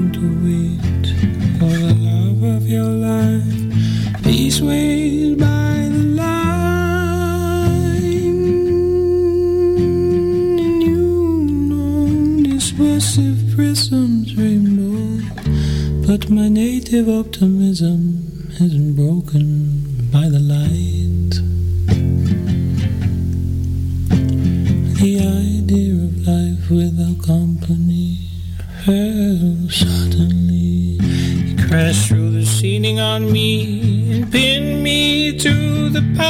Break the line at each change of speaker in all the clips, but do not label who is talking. weight of the love of your life be swayed by the line. And you know this massive prism's rainbow, but my native optimism isn't broken by the light. The idea of life without company fell suddenly. It crashed through the ceiling on me and pinned me to the pine.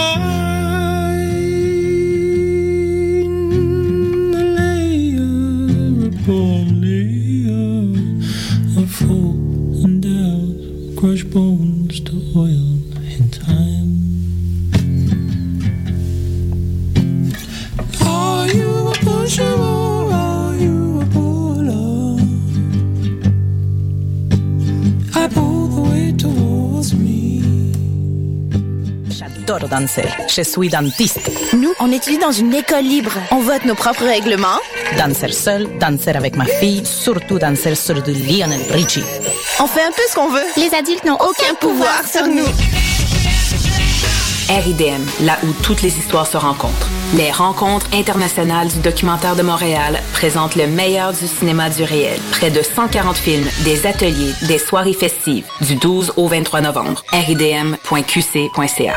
The layer upon layer of hope and doubt crushed bones to oil in time. Are you a pusher or are you a puller? I pull the way towards me.
J'adore danser. Je suis dentiste.
Nous, on étudie dans une école libre. On vote nos propres règlements.
Danser seul, danser avec ma fille, surtout danser sur du Lionel Richie.
On fait un peu ce qu'on veut.
Les adultes n'ont aucun pouvoir sur nous.
RIDM, là où toutes les histoires se rencontrent. Les rencontres internationales du documentaire de Montréal présentent le meilleur du cinéma du réel. Près de 140 films, des ateliers, des soirées festives, du 12 au 23 novembre. ridm.qc.ca.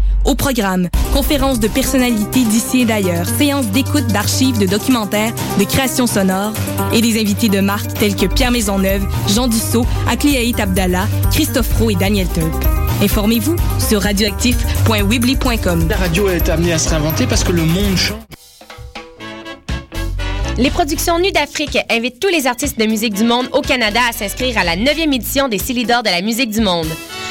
Au programme, conférences de personnalités d'ici et d'ailleurs, séances d'écoute d'archives, de documentaires, de créations sonores et des invités de marque tels que Pierre Maisonneuve, Jean Dussault, Akliaït Abdallah, Christophe Roux et Daniel Turp. Informez-vous sur radioactif.wibly.com.
La radio est amenée à se réinventer parce que le monde change.
Les productions Nues d'Afrique invitent tous les artistes de musique du monde au Canada à s'inscrire à la 9e édition des Célidors de la musique du monde.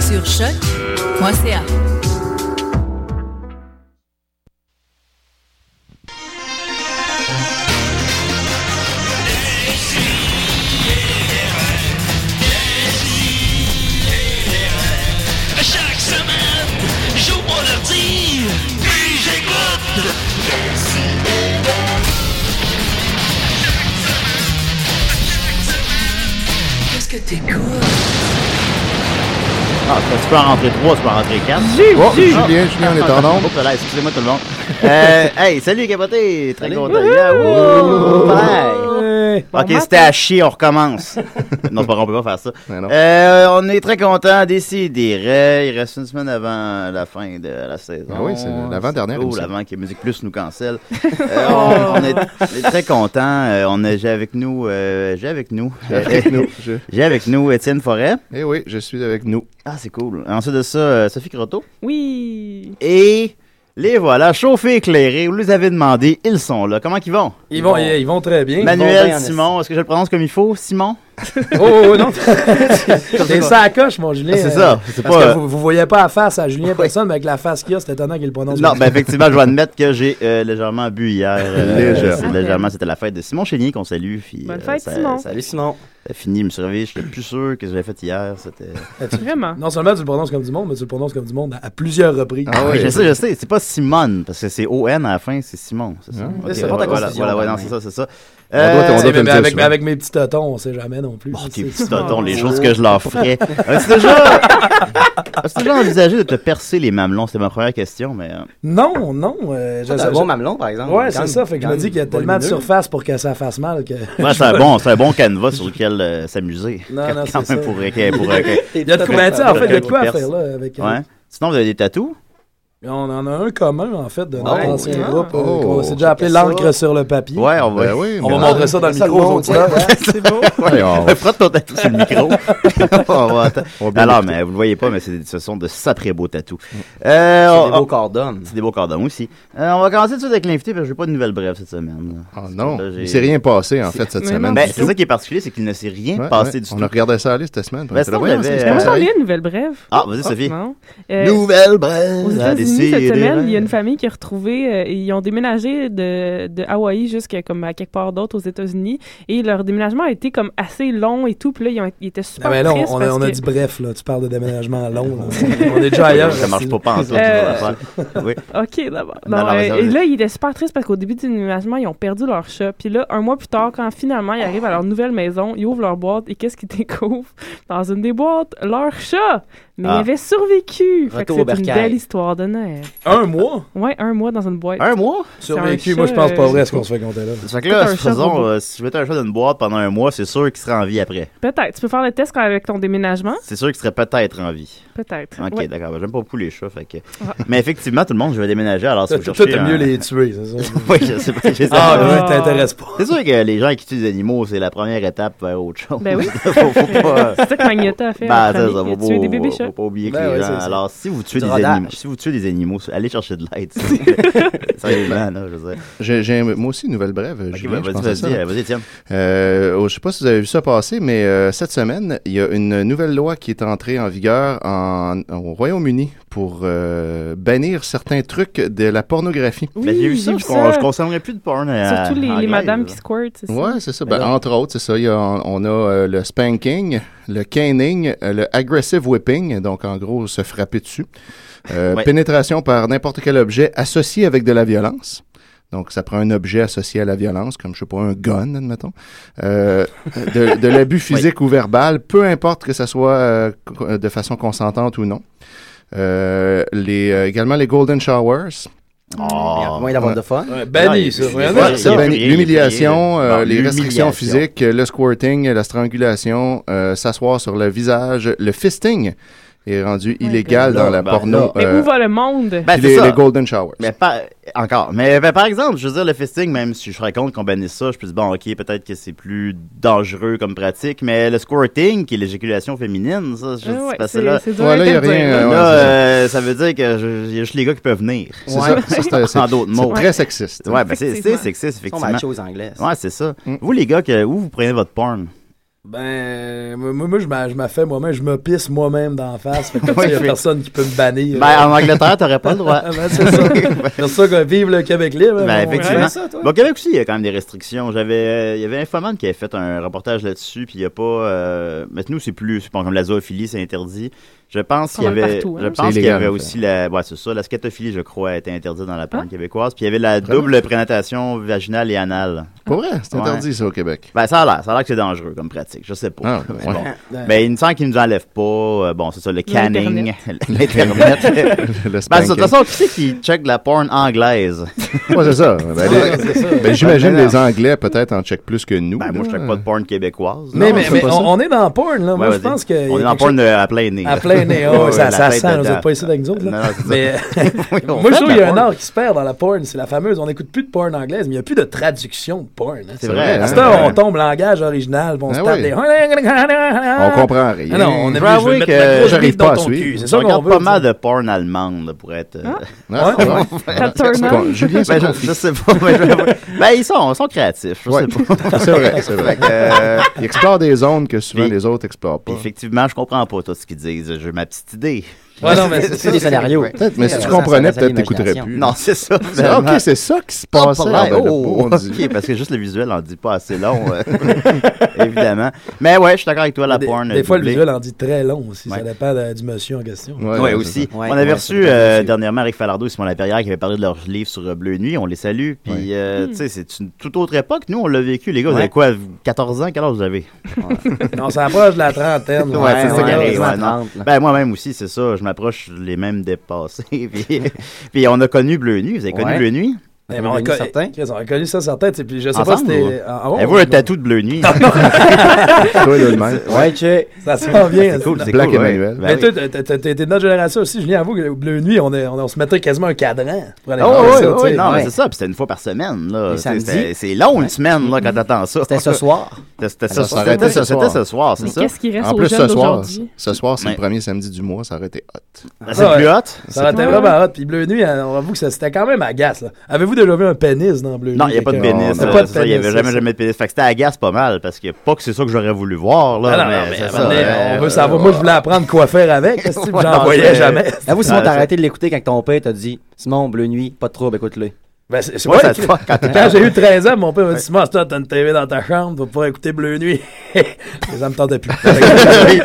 Sur choc.ca.
Chaque semaine, j'ouvre mon ordi, puis j'écoute.
Qu'est-ce que t'écoutes?
Ah, tu peux en rentrer trois, tu peux en rentrer quatre.
Si, si. Julien, Julien, on est en nombre.
Oh, là, excusez-moi tout le monde. Euh, hey, salut Capoté, très content. Yeah, wouh, bye. Ok, c'était à chier, on recommence. non, c'est pas vrai, on peut pas faire ça. Euh, on est très content d'ici. Il reste une semaine avant la fin de la saison.
Ah oui, c'est l'avant-dernière
Oh,
émission.
l'avant que Musique Plus nous cancelle. Euh, on, on est, on est très content. Euh, on a- j'ai avec nous, euh, j'ai avec nous,
J'ai avec nous, je-
j'ai avec nous Étienne Forêt.
Eh oui, je suis avec nous.
Ah, c'est cool. Ensuite de ça, euh, Sophie Croteau.
Oui.
Et les voilà, chauffés, éclairés, vous les avez demandé, ils sont là. Comment qu'ils vont?
Ils vont, ils, ils vont très bien.
Manuel, Simon, est-ce que je le prononce comme il faut? Simon?
Oh, oh, oh, non.
Comme
T'es
ça.
ça à coche, mon Julien.
Ah, c'est
euh,
ça, c'est
parce
pas,
que
euh,
vous, vous voyez pas la face à Julien personne, mais avec la face qu'il a, c'est étonnant qu'il le prononce.
Non, ben effectivement, je dois admettre que j'ai euh, légèrement bu hier. euh,
Légèrement.
c'est Légèrement, c'était la fête de Simon Chénier qu'on salue. puis,
Bonne
euh,
fête,
ça-
Simon.
ça-
Salut, Simon.
fini, je me suis réveillé, j'étais plus sûr que j'avais fait hier. C'était.
Vraiment? Non seulement tu le prononces comme du monde, mais tu le prononces comme du monde à, à plusieurs reprises.
Ah oui, je sais, je sais. C'est pas Simone, parce que c'est O-N Ben, à la fin, c'est Simon. C'est ça.
Hum,
Ok,
c'est pas ta
voilà,
constitution,
voilà, ouais,
quand
non,
même.
c'est ça, c'est ça. Euh,
On doit- on doit Mais- mais avec, mais avec mes petits totons, on sait jamais non plus.
Oh,
C'est-
tes petits
c'est-
tontons, les
Oh.
choses que je leur ferais. As-tu Ah, déjà... as-tu déjà envisagé de te percer les mamelons? C'était ma première question, mais... euh,
Non, non. euh, je-
Ah, t'as un
je-
bon
je-
mamelon, par exemple.
Ouais,
Quand
c'est
même-
ça. Fait que je
quand
me dis
même
qu'il y a tellement de
volumineux.
surface pour que ça fasse mal que.
ouais, c'est un, bon, c'est un bon canevas sur lequel euh, s'amuser.
Non, non,
Quand
c'est
même
ça.
pour... pour- pour-
Il y a de quoi- ben, tu sais, en fait, il y a de quoi à
Quelqu'un qui
faire,
perce.
là, avec, euh,
Ouais. Sinon, vous avez des tatous?
On en a un commun, en fait, de notre
Oh,
ancien
oui.
groupe. euh,
Oh,
qu'on s'est déjà appelé
checkez ça.
l'encre sur le papier.
Ouais, on va,
Ben oui, on va montrer ça dans le micro aux auditeurs.
c'est beau. Frotte ton tatou sur le micro. on va attendre. Alors, mais vous le voyez pas, mais c'est- ce sont de sacrés beaux tatous. Euh,
C'est
on-
des beaux
on-
corps d'hommes.
C'est des beaux corps d'hommes aussi. Euh, on va commencer tout de suite avec l'invité parce que j'ai pas de nouvelles brèves cette semaine. Ah
non. Il s'est rien passé, en fait, cette semaine.
Ben,
du
c'est
tout.
ça qui est particulier, c'est qu'il ne s'est rien
Ouais,
passé
ouais.
du
On
tout.
a regardé ça aller cette semaine. puis
Ben,
on était
ça,
là,
on
voyons,
l'avait,
c'est-
euh,
c'est-
J'en ai une nouvelle brève.
Ah, vas-y, Sophie.
Non.
Nouvelle brève
Aux
à
États-Unis,
décider.
cette
né?
semaine, il y a une famille qui a retrouvé, euh, ils ont déménagé de, de Hawaï jusqu'à comme à quelque part d'autre aux États-Unis et leur déménagement a été comme assez long et tout. Puis là, ils, ont- ils étaient
Ah,
super
mais là, on,
tristes
on a,
parce
on a
que-
dit bref, là. Tu parles de déménagement long. là. on est déjà ailleurs.
Ça marche pas, pas en
tout
ça, l'affaire. Oui.
OK, d'abord.
Non,
Non,
Ah non, vas-y,
euh,
vas-y.
et là, il était super triste parce qu'au début du déménagement, ils ont perdu leur chat. Puis là, un mois plus tard, quand finalement ils arrivent à leur nouvelle maison, ils ouvrent leur boîte et qu'est-ce qu'ils découvrent dans une des boîtes Leur chat Mais
Ah.
il avait survécu Fait que
Retour au
C'est une
bercail.
belle histoire de Noël.
Un mois
Ouais, un mois dans une boîte.
Un mois
C'est
Survécu,
un
moi, je pense
chat,
pas
euh,
vrai ce qu'on se fait compter là.
Fait que là,
C'est un chat
faisons,
robot.
euh, si je mettais un chat dans une boîte pendant un mois, c'est sûr qu'il serait en vie après.
Peut-être. Tu peux faire le test quand- avec ton déménagement
C'est sûr qu'il serait peut-être en vie.
Peut-être.
Ok,
Ouais.
d'accord. Ben, J'aime pas beaucoup les chats. Fait que...
Ah.
Mais effectivement, tout le monde, je vais déménager. Alors, si vous
Toi,
cherchez
t'aimes
un-
mieux les tuer, c'est ça?
oui, je sais pas. je sais
Ah,
pas.
ouais, t'intéresses pas.
C'est sûr que les gens qui tuent des animaux, c'est la première étape vers autre chose.
Ben oui.
faut, faut pas.
C'est ça que Magnata a fait,
Ben,
en
ça, ça,
premier.
faut
Il a tué
pas-
des bébés
faut
chats.
pas oublier que
Ben
les
ouais,
gens.
c'est ça.
Alors, si vous tuez
Du
des
rodage.
animaux, si vous tuez des animaux, allez chercher de l'aide. s'il vous plaît. Sérieusement, là, je veux dire.
J'ai, j'ai un- moi aussi une nouvelle brève. Julien,
ben,
je
vas-y,
pense à ça.
vas-y, euh, vas-y, tiens.
Euh, oh, je sais pas si vous avez vu ça passer, mais euh, cette semaine, il y a une nouvelle loi qui est entrée en vigueur en- au Royaume-Uni pour euh, bannir certains trucs de la pornographie.
Ben, j'ai vu ça, je, con- je consommerais plus de porn. euh,
Surtout les, les
anglaise,
madames
là.
qui squirtent, c'est ça?
Ouais, c'est ça. Ben, entre autres, c'est ça. Il y a- on a euh, le spanking, le caning, euh, le aggressive whipping, donc en gros se frapper dessus, Euh,
Ouais.
pénétration par n'importe quel objet associé avec de la violence. Donc, ça prend un objet associé à la violence, comme, je sais pas, un gun, admettons. Euh, de de l'abus physique ou verbal, peu importe que ça soit euh, co- de façon consentante ou non. Euh, les, euh, également les golden showers. Ah.
Moins
Ah.
d'avoir de fun.
Non, il-
Banni, ça.
il-
vraiment.
Ben ouais, c'est
Il est
banni.
prié, il est
L'humiliation,
prié.
euh,
Non,
les restrictions
l'humiliation.
physiques, euh, le squirting, euh, la strangulation, euh, s'asseoir sur le visage, le fisting est rendu illégal hein, dans la
Ben,
porno.
là.
euh,
Mais où va le monde?
puis les, les golden showers.
Ben, Mais pas encore. Mais ben, par exemple, je veux dire, le fisting, même si je serais contre qu'on bannisse ça, je peux dire, bon, ok, peut-être que c'est plus dangereux comme pratique, mais le squirting, qui est l'éjaculation féminine, ça, je
Ouais,
sais
ouais,
pas,
c'est-
là.
c'est dur à Ouais,
là, y a interdire. rien, euh, ouais,
Là,
c'est ça.
euh, ça veut dire que je- il y a juste les gars qui peuvent venir.
C'est ça,
Ah,
ça, c'est- c'est-
En d'autres
c'est
mots.
très sexiste.
Ouais, ben, c'est c'est
Effectivement. Mm.
sexiste,
Ils sont
effectivement.
machos anglais.
Ouais, c'est ça. Vous, les gars, que- où vous prenez votre porn?
Ben, moi, moi, moi, je m'a- je m'a fait moi-même, je me pisse moi-même d'en face. Fait que comme ça,
Ouais,
il y a
fait-
personne qui peut me bannir.
Ben, en Angleterre, t'aurais pas le droit.
ben, c'est ça. C'est pour ça qu'on vive le Québec libre.
Ben,
on-
effectivement.
Ouais, ça, toi.
Bon, au Québec aussi, il y a quand même des restrictions. J'avais, euh, il y avait Infoman qui avait fait un reportage là-dessus, puis il n'y a pas. euh, maintenant, c'est plus, c'est pas comme la zoophilie, c'est interdit. Je pense
Pas
qu'il y
mal
avait,
partout, hein.
je
C'est
pense qu'il y
illégal,
avait
en fait.
aussi la, ouais, c'est ça, la scatophilie, je crois, a été interdite
Ah.
dans la porn québécoise. Puis il y avait la double prénatation vaginale et anale.
Pas vrai, c'est interdit, ça, au Québec.
Ben, ça a l'air, ça a l'air que c'est dangereux comme pratique. Je sais pas.
Ah,
Mais
ouais.
bon.
Ouais.
Ben, il me semble qu'ils nous enlèvent pas. euh, bon, c'est ça, le canning,
L'Internet.
l'internet.
Le
ben, de
spanking.
toute façon, qui c'est qui check de la porn anglaise?
Ouais, c'est ça. Ben, les- ben, j'imagine les Anglais peut-être en checkent plus que nous.
Ben, moi, je check pas de porn québécoise.
Non,
Mais, mais,
c'est
mais
pas ça.
on, on est dans porn, là. Moi,
Ouais,
je
vas-y.
pense que.
On est en porn euh, à plein nez.
À plein nez, oh,
Ouais,
ça,
la
ça
tête
sent, vous
dedans.
n'êtes pas ici avec nous autres. Là.
Non, non, c'est ça.
Mais-
Oui, on
Moi, je
fait
trouve
de
qu'il y
la
a un
porn.
art qui se perd dans la porn. C'est la fameuse, on n'écoute plus de porn anglaise, mais il n'y a plus de traduction de porn. hein.
C'est vrai,
À
hein,
cette heure,
ouais.
on tombe langage original, puis on
Ah
se tape
oui.
des.
On comprend rien.
Ah non, on
Je
aime mieux,
dois
je
avouer
vais mettre
que
ma grosse
j'arrive
bite
pas
dans
à
ton
suivre.
cul. C'est
Je
ça qu'on
regarde
veut.
pas
tu
mal de porn allemande pour être. euh,
Ah, ouais. Ça te turn on? Julien,
Ben,
c'est
je-
confus.
je sais pas. mais je vais avouer. Ben, ils sont ils sont créatifs. Je sais pas.
C'est vrai, c'est vrai.
Fait que, euh,
Ils explorent des zones que souvent les autres explorent pas.
Effectivement, je comprends pas tout ce qu'ils disent. J'ai ma petite idée.
Ouais, non, mais c'est- c'est des
scénarios. Peut-être, mais si tu comprenais, peut-être t'écouterais plus.
Non, c'est ça.
C'est- ah, ok, c'est ça qui se passait.
Oh,
Ah, ben,
oh,
le bon
ok, parce que juste le visuel en dit pas assez long, euh, évidemment. Mais ouais, je suis d'accord avec toi, la
des,
porn.
Des fois, le
doublée.
visuel en dit très long aussi.
Ouais.
Ça dépend de- du monsieur en question.
Ouais, aussi. on avait reçu euh, dernièrement Rick Falardeau et Simon Laperrière qui avaient parlé de leur livre sur euh, Bleu Nuit. On les salue. Puis, euh,
Hmm.
tu sais, c'est une toute autre époque. Nous, on l'a vécu. Les gars, vous
Ouais.
avez quoi, vous- 14 ans? Quel âge vous avez?
Non, ça approche de la trentaine.
Ouais, c'est ça qui arrive, ouais, non. Ben, moi-même aussi, c'est ça. Je m'approche les mêmes dépassés. puis, puis on a connu Bleu Nuit. Vous avez connu
Ouais.
Bleu Nuit?
Eh, mais on, a connu certains. on a connu ça certains. tu sais, Puis je sais pas si
Ensemble,
c'était.
ou-
Ah, ah, ouais,
Avez-vous
ouais,
un tatou de Bleu Nuit?
Toi,
là, le même.
Ouais, check.
Ça sent Ah, bien.
C'est cool, c'est
Black
cool, ouais.
Emmanuel.
Ben
Mais
oui.
toi, t'es- t'es t'es de notre génération aussi, Julien. Avoue que Bleu Nuit, on, est- on, on se mettait quasiment un cadran. pour aller
Ah
voir
ouais,
ça,
ouais,
tu
ouais,
sais.
non, mais
Ouais.
c'est ça, puis c'était une fois par semaine. là.
Les
C'est-
samedis.
c'est- C'est long une semaine là, quand t'attends ça.
C'était ce soir.
Mm-hmm. C'était c'était
Ça
ce soir.
s'arrêtait
C'était
ce soir.
c'était ce soir, c'est
Mais
ça.
qu'est-ce
qui reste
En plus,
aux jeunes
ce soir,
d'aujourd'hui?
ce soir, c'est
Ouais.
le premier samedi du mois, ça aurait été hot.
Ah, c'est
Ah ouais.
plus hot?
Ça aurait été
Ouais.
vraiment hot. Puis Bleu Nuit, euh, on avoue que ça- c'était quand même agace. là. Avez-vous déjà vu un pénis dans Bleu Nuit?
Non, il n'y a pas de
quelqu'un?
pénis.
C'était
là,
pas de
c'est ça, Il n'y avait
pénis,
jamais,
c'est ça.
jamais de pénis. Fait que c'était agace pas mal, parce que pas que c'est ça que j'aurais voulu voir. Là,
Ah non, non,
mais
mais
c'est
à un
ça,
moment donné,
euh,
on veut savoir. Moi, je voulais apprendre quoi faire avec. parce que
Ouais,
J'en
on voyait
voyais jamais.
Avoue, Simon,
Ah,
t'as
ça-
arrêté de l'écouter quand ton père t'a dit Simon, bleu nuit, pas de trouble, écoute-le.
Ben, c'est c'est
Ouais,
moi
ça
qui-
se voit
quand,
quand-
j'ai eu 13 ans, mon père m'a dit Simon, toi, t'as une TV dans ta chambre, tu vas pouvoir écouter Bleu Nuit. Les hommes tendaient plus.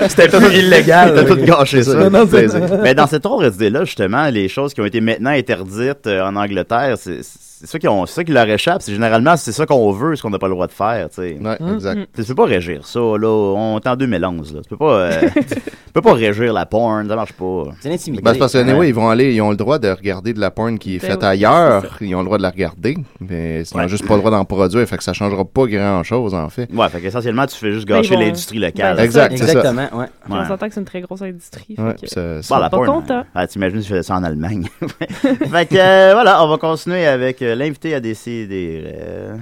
C'était plus illégal.
T'as tout gâché ça.
Non, non, c'est-
Mais dans cette autre idée-là, justement, les choses qui ont été maintenant interdites euh, en Angleterre, c'est c'est ça qui ont, c'est ça qui leur échappe. C'est généralement c'est ça qu'on veut, ce qu'on n'a pas le droit de faire. Tu sais.
Ouais, exact.
Tu peux pas régir ça. Là, on est en 2011. Là. Tu peux pas, euh, tu peux pas régir la porn. Ça marche pas.
C'est l'intimité.
Ben, c'est parce que, anyway,
Ouais.
ils vont aller, ils ont le droit de regarder de la porn qui est
Ben
faite
oui,
ailleurs. Ils ont le droit de la regarder, mais ils n'ont juste pas le droit d'en produire, fait que ça changera pas grand-chose, en fait.
Ouais, fait qu'essentiellement, tu fais juste
Ben, ils
gâcher
vont-
l'industrie locale.
Ben, Exact, c'est ça. Exactement,
ouais.
Puis on
Ouais.
s'entend que c'est une très grosse industrie.
Ouais,
Fait que-
puis ça-
Bon, la
ça-
porn, hein. Ah, T'imagines si je faisais ça en Allemagne. fait que euh, voilà, on va continuer avec euh, l'invité à décider. euh,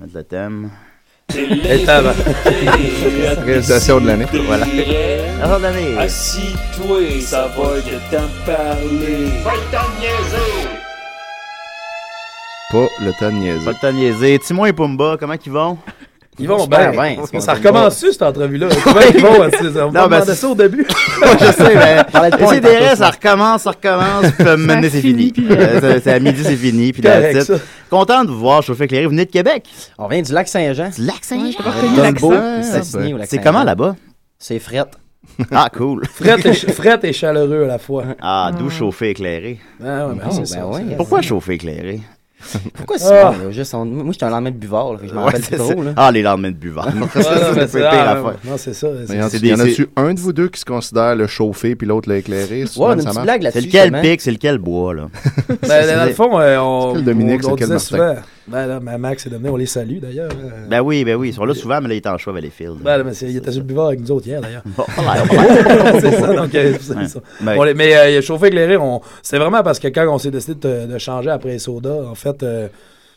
mettre le thème.
Réalisation de l'année.
Voilà. Réalisation de l'année.
Assis-toi, ça va de t'en parler. Va t'en niaiser.
Pas le temps de niaiser.
Pas le temps de niaiser. Timon et Pumba, comment ils vont?
Ils vont bien. ça recommence-tu, cette entrevue-là? Comment ils vont? On me
Non, ben,
demandait ça au début.
je sais, mais.
Parlait de porn
C'est des
tantôt,
ça recommence, ça recommence. Puis à un moment donné, c'est fini. Euh, c'est- C'est à midi, c'est fini. Puis
Correct,
that's
ça.
it. Content de vous voir, chauffer éclairé. Vous venez de Québec?
On vient du lac Saint-Jean.
Du lac Saint-Jean?
pas reconnu l'accent. Saguenay, au lac
C'est
Saint-Jean.
comment là-bas?
C'est frette.
Ah, cool.
Frette et, frette et chaleureux à la fois.
Ah, d'où chauffer éclairé?
Ah, ouais, ben, c'est ça, c'est-
Pourquoi chauffer éclairé?
Pourquoi
Ah.
Simon? là, juste, on- Moi, j'étais un lendemain de buvard, là, fait que je m'en
Ouais,
rappelle
c'est
plus
ça.
trop. là.
Ah, les lendemains de buvard.
Ouais,
Ça,
non,
ça,
mais
c'est pire
ah,
affaire.
non, c'est ça.
Mais y en-
C'est
y en
des-
a-tu un de vous deux qui se considère le chauffé puis l'autre l'éclairé? Souvent,
une
ça
petite
marche.
blague
C'est lequel pic, c'est lequel bois, là?
Ben, dans le fond, euh, on,
C'est quel Dominique,
on, on
c'est quel
disait
Martin?
souvent. Ben, là, ma Max et Dominique, on les salue d'ailleurs. euh.
Ben oui, ben oui, ils sont là souvent, mais là, ils sont en choix à Valleyfield.
Ben, là, mais c'est- il était sur le buvard avec nous autres hier d'ailleurs.
Bon, voilà, voilà.
c'est ça, donc euh, c'est
Ouais.
ça.
Ben,
On les- mais euh, chauffer éclairé, on... c'est vraiment parce que quand on s'est décidé de, de changer après les sodas, en fait, euh,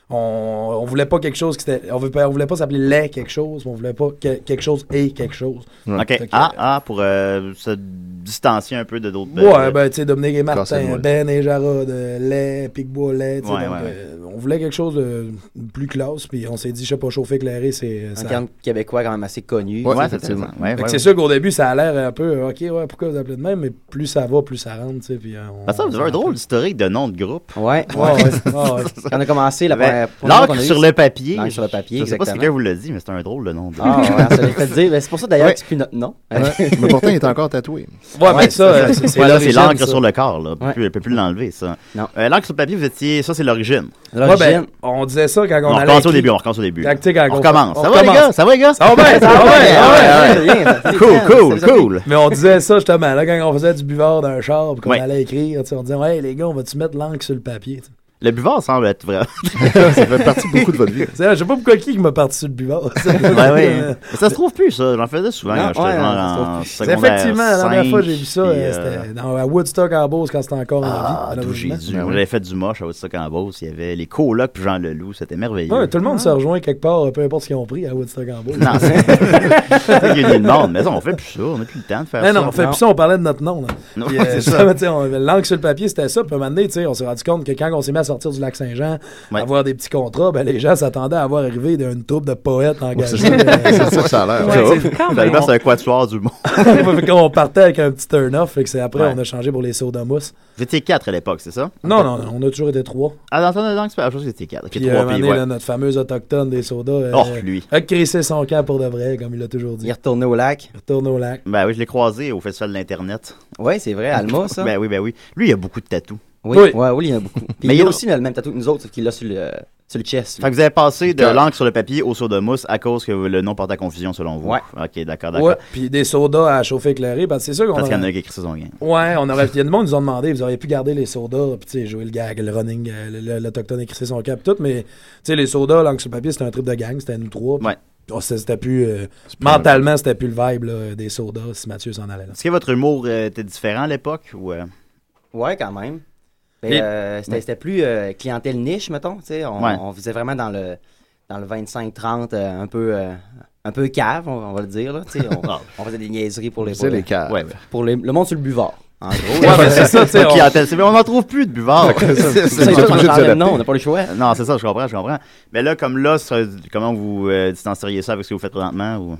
on, on voulait pas quelque chose qui était. On, voulait pas- on voulait pas s'appeler les quelque chose, on voulait pas que- quelque chose et quelque chose.
OK.
Fait que-
Ah, ah, pour euh, se distancier un peu de d'autres... euh,
Ouais, ben, tu sais, Dominique et
Casser
Martin,
le moule.
Ben et Jarod, euh, Lait, Picbois, Lait, tu sais,
Ouais,
donc,
ouais, ouais.
euh, on voulait quelque chose de plus classe, puis on s'est dit, je sais pas, chauffer éclairé, c'est...
Un
ça-
terme québécois quand même assez connu.
Ouais, Ouais, effectivement. effectivement. Ouais,
Fait que
ouais,
c'est
ouais.
sûr qu'au début, ça a l'air un peu, euh, OK, ouais, pourquoi vous appelez de même, mais plus ça va, plus ça rentre, tu sais, puis euh, on...
Ben, ça, vous avez un drôle d'historique de nom de groupe.
Ouais.
Ouais, ouais, ouais.
Quand on a commencé, la
Ben,
première- première fois qu'on
L'encre
a eu,
sur le papier.
L'encre sur le papier,
Je sais pas si
exactement.
quelqu'un vous l'a dit, mais c'est un drôle de nom. de-
Ah, ouais, on se l'est fait dire. Ben, c'est pour ça d'ailleurs
Ouais.
que c'est plus notre nom.
Ouais. Mais pourtant, il est encore tatoué.
Ouais, mais ça, euh, c'est- c'est
Ouais, là, c'est
l'origine,
l'encre
ça.
sur le corps, là.
Ouais.
Tu peux- peux plus l'enlever, ça. Euh, l'encre sur le papier, vous étiez. Ça, c'est l'origine.
Ouais, ben, on disait ça quand on,
On
allait...
recommence au
écrire.
début, on recommence au début.
Quand, tu sais, quand
On recommence.
on
Ça va, les
recommence.
gars? Ça va, les gars?
Ça va bien, ça va bien,
Ah,
ouais,
ouais,
ouais.
ouais. Cool, cool, cool.
Mais on disait ça justement, là, quand on faisait du buvard d'un char, puis qu'on
Ouais.
allait écrire, tu sais, on disait, ouais, les gars, on va-tu mettre l'encre sur le papier? tu sais.
Le buvard semble être vraiment.
ça fait partie beaucoup de votre vie.
C'est vrai, Je sais pas pourquoi qui qui m'a parti sur le buvard.
Euh, ouais, ouais. Mais ça se trouve plus, ça. J'en faisais souvent.
Non,
quand j'étais
Ah ouais, hein.
genre
ça se
en
trouve plus.
secondaire
Effectivement, la dernière
cinq,
fois j'ai vu ça,
puis,
euh,
euh,
c'était dans- à Woodstock en Beauce quand c'était encore en
Ah,
vie.
d'où j'ai
malheureusement. Ben
dû. J'avais fait du moche à Woodstock en Beauce. Il y avait les colocs puis Jean Leloup. C'était merveilleux.
Ouais, tout le
Ah.
monde se rejoint quelque part, peu importe ce qu'ils ont pris à Woodstock en Beauce.
Non, c'est. Il y a eu une demande. Mais ça, on fait plus ça. On n'a plus le temps de faire
Mais
ça.
non, on fait plus ça, on parlait de notre nom. là.
Non,
Puis,
c'est
euh,
ça.
justement, tu sais, on- L'angle sur le papier, c'était ça. Puis à un moment donné, tu sais, on s'est rendu compte que quand on s'est mis à sortir du lac Saint-Jean, avoir des petits contrats, ben, les gens s'attendaient à avoir arrivé d'une troupe de poètes engagés.
c'est ça.
Euh,
C'est ça que ça a l'air.
Ouais,
Ouais.
c'est-
Quand Finalement, même. c'est un quatuor du monde.
Fait que on partait avec un petit turn-off, fait que c'est après
Ouais.
on a changé pour les sodas mousse.
Vous étiez quatre à l'époque, c'est ça?
Non, non, non, on a toujours été trois.
Ah, dans ton donc, c'est pas la chose que c'était quatre. Ok,
Puis,
trois
euh,
pays,
Mané,
ouais.
là, notre fameuse autochtone des sodas. euh,
Oh, lui.
A crissé son camp pour de vrai, comme il l'a toujours dit.
Il est retourné au lac.
Il retourne au lac.
Ben oui, je l'ai croisé au festival de l'Internet.
Oui, c'est vrai, Alma, ça.
ben oui, ben oui. Lui, il a beaucoup de tatous.
Oui, oui. Ouais, oui, il y en a beaucoup. Puis
Mais
il y a
il-
aussi le même tatou que nous autres, sauf qu'il l'a sur le, sur le chest. lui.
Fait que vous avez passé de
Cœur.
l'encre sur le papier au saut de mousse à cause que le nom porte à confusion selon vous.
Ouais.
Ok, d'accord, d'accord.
Ouais, puis des sodas à chauffer éclairé, parce que c'est sûr qu'on
Parce qu'il y en
aurait-
a qui écrit sur son gain.
Ouais, on aurait. Il y a des monde qui nous ont demandé, vous auriez pu garder les sodas, puis tu sais, jouer le gag, le running, euh, le- le- l'autochtone écrit son cap, tout, mais tu sais, les sodas, langue sur le papier, c'était un trip de gang, c'était nous trois. puis
Ouais.
on- C'était plus. euh, mentalement, c'était plus le vibe là, des sodas si Mathieu s'en allait là.
Est-ce que votre humour euh, était différent à l'époque ou euh,
Ouais, quand même. Mais,
Les-
euh, c'était,
Ouais.
c'était plus euh, clientèle niche, mettons. tu sais. On,
Ouais.
on faisait vraiment dans le, dans le 25-30, euh, un peu. euh, un peu cave, on, on va le dire. Là, tu sais. on, on faisait des niaiseries pour les.
faisait
pour-
les caves.
ouais, pour les- le monde sur le buvard. En gros.
Ouais, ben, c'est ça, tu sais, on- Clientèle, c'est- mais on n'en trouve plus de buvards.
C'est ça,
C'est- c'est-
ils sont
c'est-
obligés de
c'est-
se Non, on n'a pas le choix.
Non, c'est ça, je comprends, je comprends. Mais là, comme là, ce- comment vous euh, distancieriez ça avec ce que vous faites présentement ou...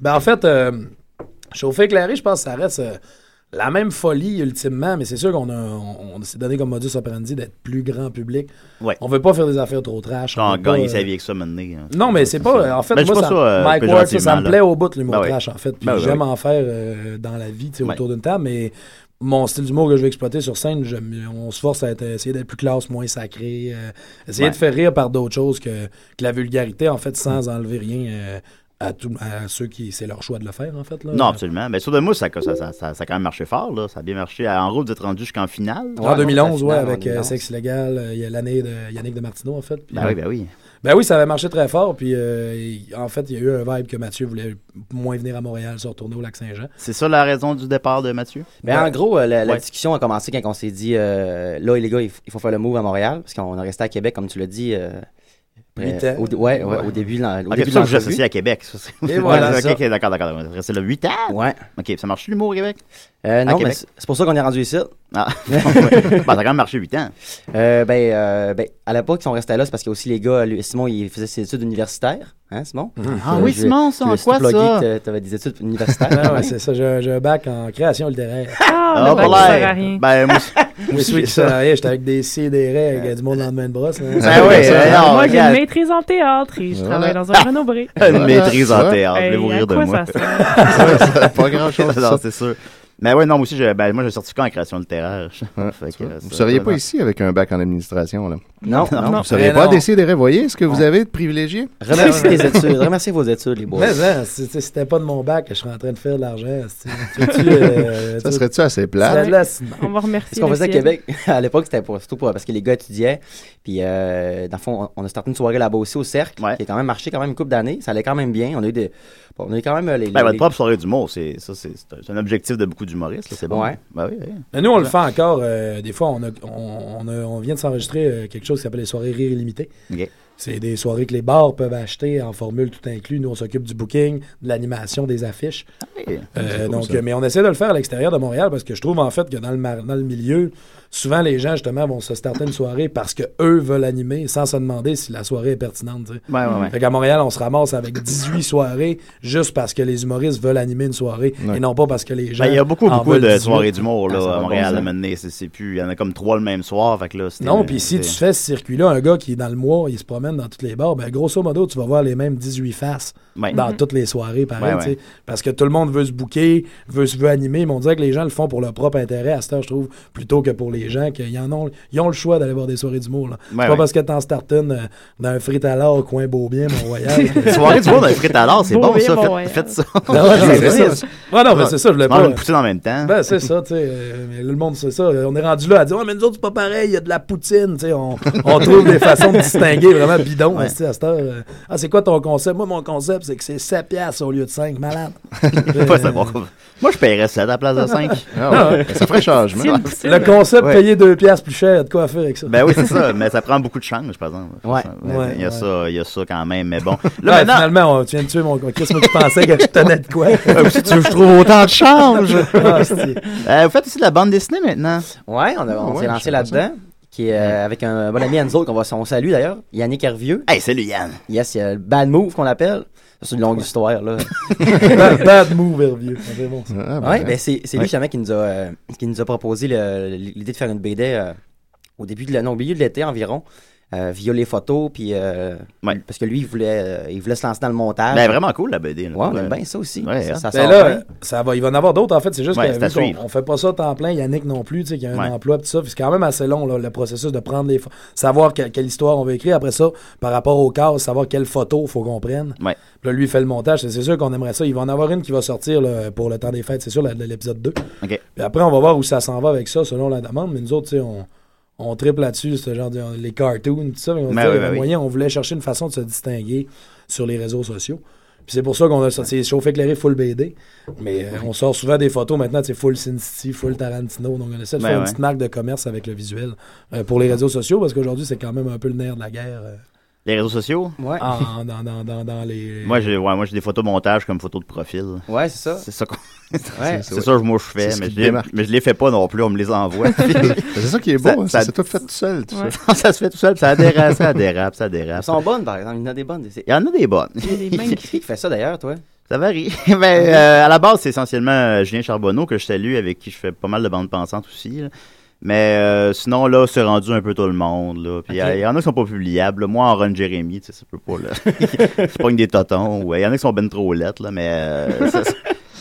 Ben, en fait, euh, chauffer éclairé, je pense que ça reste euh, la même folie ultimement, mais c'est sûr qu'on a, on, on s'est donné comme modus operandi d'être plus grand public.
Ouais.
On veut pas faire des affaires trop trash. on
Genre,
veut pas,
gagner
euh,
sa vie avec ça, mener.
Non, mais c'est pas. En fait,
Ben, je
moi,
sais pas
ça,
ça, euh,
Mike Ward, ça, ça
péjorativement,
me
là.
plaît au bout, l'humour
Ben oui.
trash, en fait. Puis
Ben oui, ben
j'aime
oui.
en faire euh, dans la vie, tu sais,
Ouais.
autour d'une table, mais mon style d'humour que je vais exploiter sur scène, j'aime- on se force à être- essayer d'être plus classe, moins sacré, euh, essayer
Ouais.
de faire rire par d'autres choses que, que la vulgarité, en fait, sans
Mm.
enlever rien euh, à, tout- à ceux qui. C'est leur choix de le faire, en fait. Là.
Non, absolument. Mais sur de mousse, ça, ça, ça, ça, ça a quand même marché fort. Là. Ça a bien marché. En route, vous êtes rendu jusqu'en finale.
en 2011,
Ben,
ouais, avec euh, Sexe Légal, euh, il y a l'année de Yannick Demartino, en fait. Puis,
Ben oui, ben oui.
Ben oui, ça avait marché très fort. Puis euh, il- en fait, il y a eu un vibe que Mathieu voulait moins venir à Montréal, se retourner au Lac-Saint-Jean.
C'est ça la raison du départ de Mathieu?
Mais en gros, euh, la, la
Ouais.
discussion a commencé quand on s'est dit euh, là, les gars, il, f- il faut faire le move à Montréal, parce qu'on est resté à Québec, comme tu l'as dit. euh,
Huit
euh,
ans.
au, dé- ouais, ouais,
Ouais.
au début. de l'en- Au
Ok,
début de
c'est ça que vous
l'entrevue.
associez à Québec. ça, c'est-
Et voilà,
Ok,
ça.
ok, d'accord, d'accord. d'accord. Restez là 8 ans.
Ouais.
Ok, ça marche l'humour au Québec?
Euh, non,
À Québec.
mais c'est c'est pour ça qu'on est rendu ici.
Ah. Ben, ça a quand même marché 8 ans.
Euh, ben, euh, ben, à l'époque, si on restait là, c'est parce que aussi les gars, lui- Simon, il faisait ses études universitaires. Hein, Simon?
Ah
Euh,
oui,
je-
Simon, ça,
je
en
me suis
quoi,
plugué
ça?
que T'avais des études universitaires.
Ah ouais, c'est ça, j'ai un, j'ai un bac en création littéraire.
Ah,
bac
pour
qui
l'air.
sert à rien.
Ben, moi aussi-
Je
moi
me suis
aussi,
dit
ça.
ça, hey, j'étais avec des C et des raies, avec du monde lendemain de brosse. hein.
Ben oui, euh, non,
Moi, j'ai une
regarde.
maîtrise en théâtre et je travaille dans un
Ah!
renobré.
Une maîtrise en théâtre,
Hey,
voulez-vous
à
rire de
quoi
moi.
ça sert?
pas grand-chose. Non, c'est sûr. Mais ouais, non, moi aussi, j'ai- ben, moi, j'ai un certificat en création littéraire. Fait que,
Vous
ça,
seriez
ça,
pas
non.
ici avec un bac en administration, là.
Non, non.
Vous
non.
seriez
Mais
pas
non.
d'essayer de révoyer ce que vous avez de privilégié?
Remerciez les études. Remerciez vos études, les boys.
Mais hein, si si c'était pas de mon bac que je serais en train de faire de l'argent. si- tu veux-tu, euh,
Ça
tu-
serait-tu assez plate?
Ça, là, c'est- On va remercier
Ce qu'on
le
faisait à
ciel.
Québec, à l'époque, c'était pour- surtout pour- parce que les gars étudiaient. Puis, euh, dans le fond, on, on a starté une soirée là-bas aussi au Cercle, qui a quand même marché quand même une couple d'années. Ça allait quand même bien. On a eu, des, on a eu quand même euh, les.
Ben,
les-
votre propre soirée d'humour, c'est ça, c'est c'est un- c'est un objectif de beaucoup d'humoristes, là, c'est bon.
Ouais.
Ben oui, oui.
Mais nous, on le fait encore. euh, des fois, on, a- on, on a- on vient de s'enregistrer euh, quelque chose qui s'appelle les soirées rire illimité.
Ok.
C'est des soirées que les bars peuvent acheter en formule tout inclus. Nous, on s'occupe du booking, de l'animation, des affiches.
Ah oui.
Euh,
C'est cool,
donc,
ça.
euh, mais on essaie de le faire à l'extérieur de Montréal parce que je trouve en fait que dans le, mar- dans le milieu, souvent les gens justement vont se starter une soirée parce que eux veulent animer sans se demander si la soirée est pertinente. tu sais.
Ouais, ouais, ouais.
Fait qu'à Montréal, on se ramasse avec 18 soirées juste parce que les humoristes veulent animer une soirée
Ouais.
et non pas parce que les gens.
Ben, il y a beaucoup,
en
beaucoup
veulent
de
18.
soirées d'humour
Ah, ça
là,
va
à
bon
Montréal
sens.
à mener. C'est c'est plus. Il y en a comme trois le même soir. Fait que là, c'était-
Non, puis si tu
c'était-
fais ce circuit-là, un gars qui est dans le mois, il se promène dans toutes les bars, ben grosso modo, tu vas voir les mêmes 18 faces
Ouais.
dans
Mhm.
toutes les soirées, pareil,
Ouais, ouais.
tu sais. Parce que tout le monde veut se bouquer, veut se veut animer, mais on dirait que les gens le font pour leur propre intérêt à cette heure, je trouve, plutôt que pour les gens qui en ont, ils ont le choix d'aller voir des soirées d'humour. là. C'est
Ouais,
pas
ouais.
parce que t'en startes une euh, dans un frit à l'art au coin Beaubien, mon voyage. que-
Soirée d'humour dans le frit à l'art, c'est bon, ça. Faites- faites ça.
Ben ouais, non,
C'est
mais
ça.
c'est- Ouais, non, mais c'est ça, je voulais
Mange
pas.
une poutine en même temps.
Ben, c'est ça, tu sais. euh, mais le monde, c'est ça. On est rendu là à dire, ouais, mais nous autres, c'est pas pareil, il y a de la poutine, tu sais. On, on trouve des façons de distinguer vraiment bidon
Ouais.
à cette heure. euh, Ah, c'est quoi ton concept? Moi, mon concept, c'est que c'est 7 piastres au lieu de 5, malade.
Pas savoir. Moi, je paierais ça à la place de 5.
Ah ouais, ça ferait
changement.
Ouais.
Le concept,
Ouais.
payer 2 piastres plus cher, il y a de quoi faire avec ça.
Ben oui, c'est ça, mais ça prend beaucoup de change, par exemple.
Ouais.
Il
Ouais,
y a
ouais.
ça, il y a ça quand même, mais bon.
Là, finalement, on, tu viens de tuer mon. Qu'est-ce que tu pensais que je tenais de quoi?
si tu veux, je trouve autant de change.
Ah, c'est-
Euh, vous faites aussi de la bande dessinée maintenant.
Ouais, on, a- on
Ah ouais,
s'est lancé
je savais pas ça.
là-dedans. qui est euh, avec un bon ami Enzo, qu'on va son salut d'ailleurs, Yannick Hervieux.
Hey, salut Yann.
Yes, il y a le bad move qu'on appelle. Ça, C'est une longue histoire, là.
bad, bad move, Hervieux. C'est bon, ça.
ouais, ben, c'est c'est lui
Ouais.
justement qui nous a, euh, qui nous a proposé le- l'idée de faire une BD euh, au début de la, non, au milieu de l'été environ. euh, via les photos, puis euh, parce que lui, il voulait, euh, il voulait se lancer dans le montage.
Ben, vraiment cool, la BD. là.
Ouais, on aime bien ça aussi.
Ouais,
ça,
hein.
ça
Ben
sort
là,
bien.
ça va, il va en avoir d'autres en fait. C'est juste
Ouais,
que
c'est à
vu qu'on-
suivre.
on fait pas ça temps plein, Yannick non plus, tu sais, qu'il y a un
Ouais.
emploi tout ça. Puis c'est quand même assez long là, le processus de prendre les pho- savoir que- quelle histoire on veut écrire après ça, par rapport au cas, savoir quelle photo faut qu'on prenne.
Ouais.
Puis là, lui il fait le montage. C'est c'est sûr qu'on aimerait ça. Il va en avoir une qui va sortir là, pour le temps des fêtes, c'est sûr, la- la- l'épisode 2.
OK.
Puis après, on va voir où ça s'en va avec ça selon la demande. Mais nous autres, tu sais, on, on triple là-dessus, ce genre de, les cartoons, tout ça. Mais on, se
Ben
dit,
oui,
il y avait
ben oui.
moyen, on voulait chercher une façon de se distinguer sur les réseaux sociaux. Puis c'est pour ça qu'on a sorti Chauffe éclairé full BD. Mais euh, on sort souvent des photos maintenant, c'est full Sin City, full Tarantino. Donc on essaie de
Ben
faire une
ouais.
petite marque de commerce avec le visuel euh, pour les réseaux sociaux parce qu'aujourd'hui, c'est quand même un peu le nerf de la guerre euh,
Les réseaux sociaux?
Ouais.
en- dans, dans- dans- dans les. euh,
Moi, j'ai ouais, moi, j'ai des photos montage comme photos de profil.
Ouais, c'est ça.
C'est ça qu'on-
Ouais.
C'est ça que moi je fais,
C'est ce
mais
qui
je,
te
les,
démarque.
mais je les fais pas non plus, on me les envoie.
c'est ça qui est beau, hein, ça s'est tout fait tout seul, tout
ça.
ça.
Non, ça se fait tout seul, puis ça dérape, ça dérape, ça dérape.
Elles sont bonnes, par exemple. Il y en a des bonnes. c'est-
Il y en a des bonnes.
Il y a qui fait ça d'ailleurs, toi
Ça varie. Mais euh, à la base, c'est essentiellement euh, Julien Charbonneau que je salue, avec qui je fais pas mal de bandes pensantes aussi. là. Mais euh, sinon, là, c'est rendu un peu tout le monde. Là. Puis il
Ok.
y, en a qui sont pas publiables. là. Moi, en Ron Jeremy, tu sais, ça peut pas. Là. c'est pas une des totons. ouais. Il y en a qui sont ben trop lettes, là, mais. euh, ça- ça-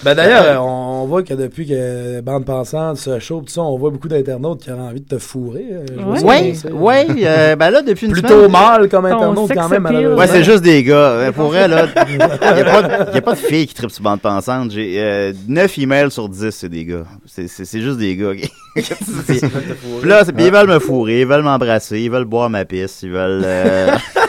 Ben d'ailleurs, euh, on, on voit que depuis que Bande Pensante se chauffe, tout ça, on voit beaucoup d'internautes qui auraient envie de te fourrer. euh, je vois ça,
Ouais,
c'est-
ouais, euh, ben là, depuis une
Plutôt
semaine-
mâle comme internaute, quand même, malheureusement.
Ouais, c'est juste des gars. Euh, Pour elle, là, il n'y a, pas de filles qui tripent sur bande pensante. J'ai 9 emails sur 10, c'est des gars. C'est- C'est c'est juste des gars. C'est- Puis là, c'est- puis ils veulent me fourrer, ils veulent m'embrasser, ils veulent boire ma pisse, ils veulent... euh,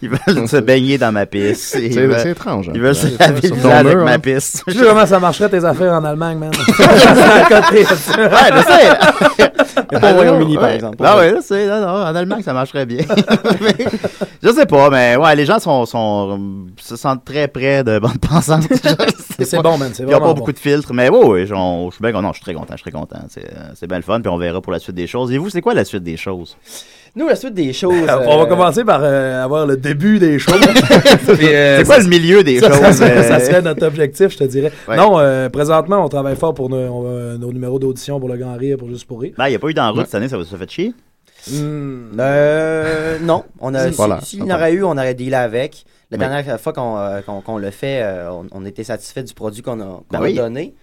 Ils veulent se baigner dans ma pisse. Ils
C'est-
veulent-
c'est étrange, hein.
Ils veulent se
Ouais,
laver
sur
le
ton
visage avec
mur,
ma
hein.
pisse.
Je sais comment ça marcherait tes affaires en Allemagne, man. C'est à côté, ça.
Ouais, je sais.
Pas au Royaume-Uni,
Ouais.
par exemple.
Non, ouais, là, c'est, non, non, en Allemagne, ça marcherait bien. Mais, je sais pas, mais ouais, les gens sont, sont, se sentent très près de bande pensante.
C'est bon, man, c'est
Il n'y a pas
vraiment
beaucoup de filtres, mais ouais, ouais, j'en- je suis bien content. Non, je suis très content, je suis très content. C'est, euh, c'est bien le fun, puis on verra pour la suite des choses. Et vous, c'est quoi la suite des choses?
Nous, la suite des choses.
On va
euh,
commencer par euh, avoir le début des choses.
c'est quoi le milieu des
euh, Ça,
choses?
ça serait,
euh?
ça serait notre objectif, je te dirais.
Ouais.
Non, euh, présentement, on travaille fort pour nos, on va- nos numéros d'audition pour le Grand Rire, pour Juste pour Rire.
Ben, il n'y a pas eu d'en route
Ouais. Hmm.
cette année, ça vous a fait chier?
Euh, non, on a,
C'est
si-
pas l'air.
s'il y en aurait eu, on aurait dealé avec. La
Oui.
dernière fois qu'on euh, qu'on- qu'on le fait, euh, on, on était satisfait du produit qu'on a, qu'on
Ben
a
oui.
donné.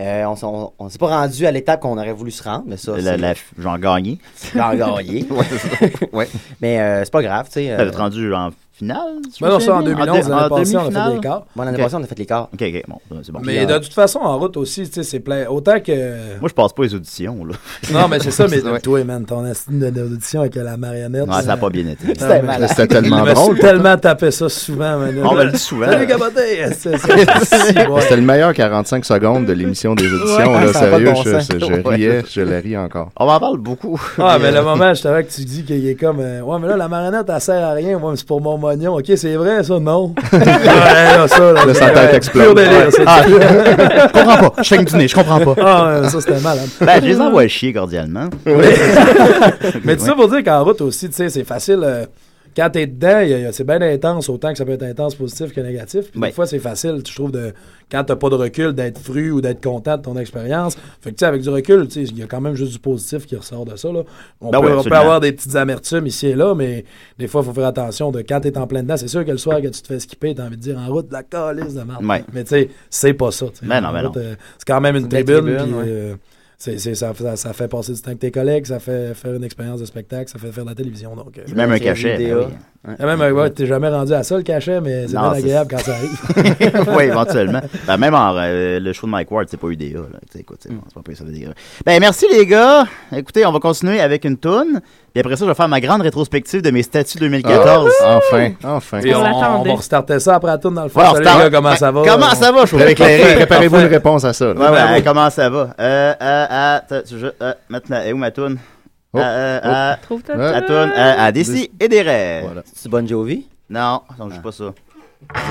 Euh, on s'en- on on s'est pas rendu à l'étape qu'on aurait voulu se rendre, mais ça,
La-
c'est-
la- J'en gagnais.
J'en gagnais.
Ouais, c'est ça. ouais.
Mais euh, c'est pas grave, tu sais. euh,
Vous êtes rendu en finale? si
Ben non,
je
ça, en
me souviens bien?
2011,
dé-
l'année passée, on a fait
demi-finale?
des quarts.
Bon, l'année
Ok.
passée, on a fait les quarts. euh,
OK, OK, bon, ben, c'est bon.
Mais de toute façon, en route aussi, tu sais, c'est plein. Autant que.
Moi, je passe pas les auditions, là.
Non, mais c'est ça, mais
Ouais.
toi, man, ton estime de l'audition avec la marionnette.
Ouais, ça
euh,
a pas bien été.
non,
C'était
mais-
malade. C'était tellement
Je me suis
drôle, pourtant.
tellement tapé ça souvent, man.
On me le dit souvent.
Salut, Caboté! C'est- c'est- c'est- ouais.
C'était le meilleur 45 secondes de l'émission des auditions,
Ouais,
là,
ça a pas de
sérieux.
bon
je,
sens.
je- je
Ouais.
riais, je le ris encore.
On en parle beaucoup.
Ah, mais le moment, justement, que tu dis qu'il est comme. euh, ouais, mais là, la marionnette, elle sert à rien. Ouais, mais c'est pour mon mignon. Ok, c'est vrai, ça, non. ouais, là, ça, là,
Là, sa
c'est-
tête
ouais,
explose.
pur délire, c'est-
Ah, je comprends pas. Je fais du nez, je comprends pas.
Ah, ouais, ça, c'était malade.
Ben, je les envoie chier cordialement.
Mais tout ça pour dire qu'en route aussi, tu sais, c'est facile. euh, quand t'es dedans, il y a- il y a- c'est bien intense, autant que ça peut être intense positif que négatif. Puis
Ouais.
Des fois, c'est facile, je trouve, de, quand t'as pas de recul, d'être fru ou d'être content de ton expérience. Fait que, tu sais, avec du recul, tu sais, il y a quand même juste du positif qui ressort de ça. Là. On,
Ben
peut,
ouais,
on peut
absolument.
avoir des petites amertumes ici et là, mais des fois, il faut faire attention de quand t'es en plein dedans. C'est sûr que le soir que tu te fais skipper, t'as envie de dire en route, la calice de merde.
Ouais.
Mais tu sais, c'est pas ça. tu sais.
Ben non, ben
En
non.
route, euh, c'est quand même une
Des
tribune.
tribunes,
puis,
ouais.
euh, c'est- c'est- ça, ça- ça fait passer du temps avec tes collègues, ça fait faire une expérience de spectacle, ça fait faire de la télévision. Donc, euh,
Et même un cachet, ben oui.
Ouais. Et Même, euh, ouais, t'es jamais rendu à ça le cachet, mais c'est
Non,
bien
c'est-
agréable quand ça arrive.
oui, éventuellement. Ben, même en, euh, le show de Mike Ward, c'est pas UDA. Là. Tu sais, Écoute, c'est bon, c'est pas pire, ça veut dire. Ben, merci les gars. Écoutez, on va continuer avec une toune. Puis après ça, je vais faire ma grande rétrospective de mes statuts 2014.
Ah, enfin, enfin.
Puis on, on va restarter ça après la tourne dans le fond.
Ouais, on
Salut,
repart-
les gars, comment
Ben,
ça va?
comment
On-
ça va, chauffe
Eh,
éclairé?
Préparez-vous
Enfin.
une réponse à ça.
Ouais, ouais, hey, comment ça va? Euh, euh, euh, t'as- tu- je- euh, maintenant, est où ma toune? Euh,
Oh.
euh,
Oh.
euh,
Trouve ta
la
toune.
toune, euh, à des si et des rêves.
C'est Bon Jovi?
Non, non, je joue pas ça.
Thank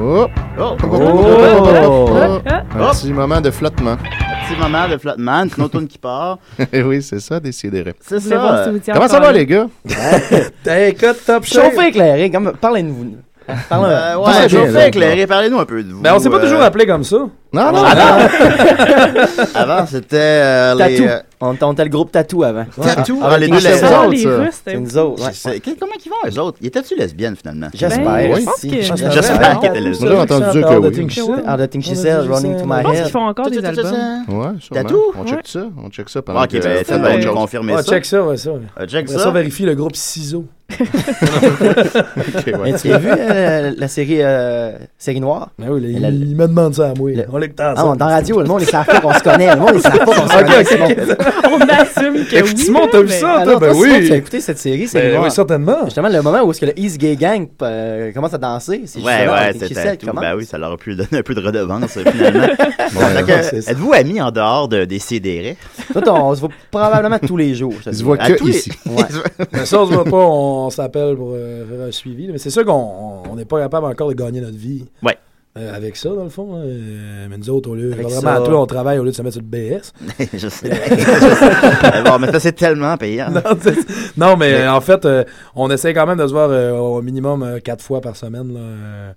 Oh.
Oh.
Oh. Un petit moment de flottement.
Un petit moment de flottement, une automne qui part.
oui, c'est ça, décider.
C'est ça.
Comment ça va, les gars?
Hey, écoute, top shape. Chauffé éclairé, comme- parlez-nous. Parle-
Euh,
Parle-
ouais,
Parle-
chauffez, éclairé, parlez-nous un peu de vous.
Ben, on s'est pas
euh,
toujours appelé comme ça.
Ah, Non,
non. Avant, avant, c'était euh, les.
Tatou.
euh,
On, on était le groupe Tatou avant.
Tatou.
Ah, les deux
les
lesbiennes.
autres, ça.
C'est nous autres. ouais.
C'est- c'est- qu'est- Comment ils vont, eux autres? Ils étaient-tu lesbiennes, finalement?
J'espère. Ben, je pense
si.
que-
J'espère
J'espère.
qu'ils étaient lesbiennes.
J'ai entendu que oui.
Out of Thing She Said, Running to My
Je pense
Head.
qu'ils font encore des albums.
Ouais, sûrement.
Tatou?
On
Ouais.
check ça. On check ça pendant
Ok,
que-
ben, ça
pendant
va
autre
nous
chose.
confirmer
Ah,
ça.
check ça, ouais, ça.
Ah, check
Après
ça.
vérifie le groupe Ciseaux.
Ok, ouais.
Mais tu as vu euh, la série, euh, série noire?
Ben oui, les-
La-
il me demande ça à moi. On l'écoute
Ah, on est
ensemble.
dans la radio, le monde ne savent pas qu'on se connaît. Le monde ne savent pas qu'on se
Ok,
connaît.
ok,
c'est bon.
On assume que oui.
Simon, t'as vu
Mais-
Ah,
ça, toi?
Alors,
Ben
toi, Simon,
oui.
Tu as écouté cette série, c'est
Ben
noir.
oui, certainement.
Justement, le moment où est-ce que le East Gay Gang euh, commence à danser, c'est
Ouais,
justement Out
ouais,
of Thing She
c'était
Said
tout.
commence.
Ben oui, ça leur a pu donner un peu de redevance, euh, finalement. Fait que,
ouais, c'est ça.
Êtes-vous amis en dehors de, des CDR?
Toi, on, on se voit probablement tous les jours. je te
Ils se
dis.
voient
À
que
tous les-
ici.
Ouais.
Mais ça, on se voit pas, on s'appelle pour euh, faire un suivi. là. Mais c'est sûr qu'on on n'est pas capable encore de gagner notre vie.
Ouais.
Euh, avec ça, dans le fond. hein. Euh, mais nous autres, au lieu,
Avec
vraiment,
ça.
à toi, on travaille au lieu de se mettre sur le BS.
je sais. Mais bon, mais ça, c'est tellement payant.
non, c'est- non, mais euh, en fait, euh, on essaie quand même de se voir euh, au minimum euh, quatre fois par semaine. là, euh,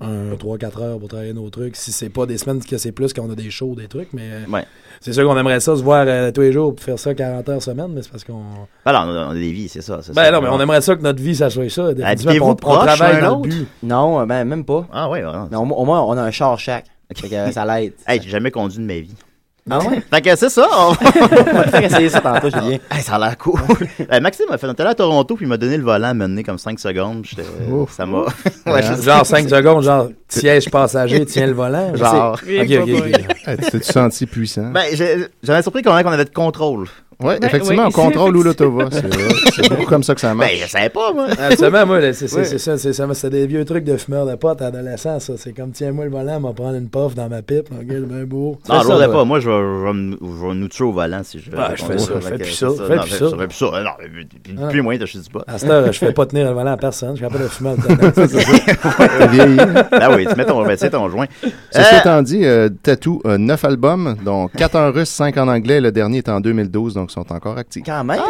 un, trois, quatre heures pour travailler nos trucs. Si c'est pas des semaines que c'est plus quand on a des shows, des trucs, mais euh,
Ouais.
c'est sûr qu'on aimerait ça se voir euh, tous les jours pour faire ça 40 heures semaine, mais c'est parce qu'on.
Alors, Ben on a, on a des vies, c'est ça. c'est ça.
Ben non, mais on aimerait ça que notre vie, ça soit ça. définitivement,
Habitez-vous
qu'on- on
proche
travaille
l'un
dans le
l'autre?
but.
Non, euh, ben, même pas.
Ah ouais, vraiment.
Mais au, au moins, on a un char chaque. Fait que, euh, ça l'aide.
Hey, j'ai jamais conduit de ma vie.
Ah ouais?
Fait que c'est ça. On...
On va te faire essayer ça tantôt, Julien.
Hey, ça a l'air cool. Euh, Maxime m'a fait on était allé à Toronto puis il m'a donné le volant à mener comme 5 secondes. J'étais- Ça m'a. Ouais, je-
Genre 5 secondes, genre siège passager, tiens le volant.
Genre.
Ok, ok, ok.
Eh, Tu t'es senti puissant?
Ben, j'ai- j'avais surpris quand même qu'on avait de contrôle.
Oui, effectivement,
oui,
on contrôle où l'auto va. C'est vrai. C'est beaucoup comme ça que ça
Ben,
marche.
je savais pas, moi.
Absolument, moi, là, c'est c'est-
Ouais.
c'est ça, c'est ça, moi, c'est des vieux trucs de fumeur de potes adolescent, ça. C'est comme, tiens-moi le volant, on va prendre une puff dans ma pipe, mon gars, ben beau. Fais
Non, je
ça,
voudrais
toi.
pas. Moi, je vais, je vais me- je vais nous tuer au volant si je.
Ah, je fais ça,
Fait
fais
que
plus
c'est
ça, fais
Non,
plus
je-
ça.
je fais plus ça. Euh, Non, euh, puis-
Ah.
puis moins, je suis pas.
À cette heure, je fais pas tenir le volant à personne, je suis capable de fumer en dedans.
T'as vieilli.
Ah oui, tu mets ton, ben, tu sais, ton joint.
Ceci étant dit, euh, Tattoo a 9 albums, dont 4 en russe, 5 en anglais. Le dernier est en 2012, donc ils sont encore actifs.
Quand même.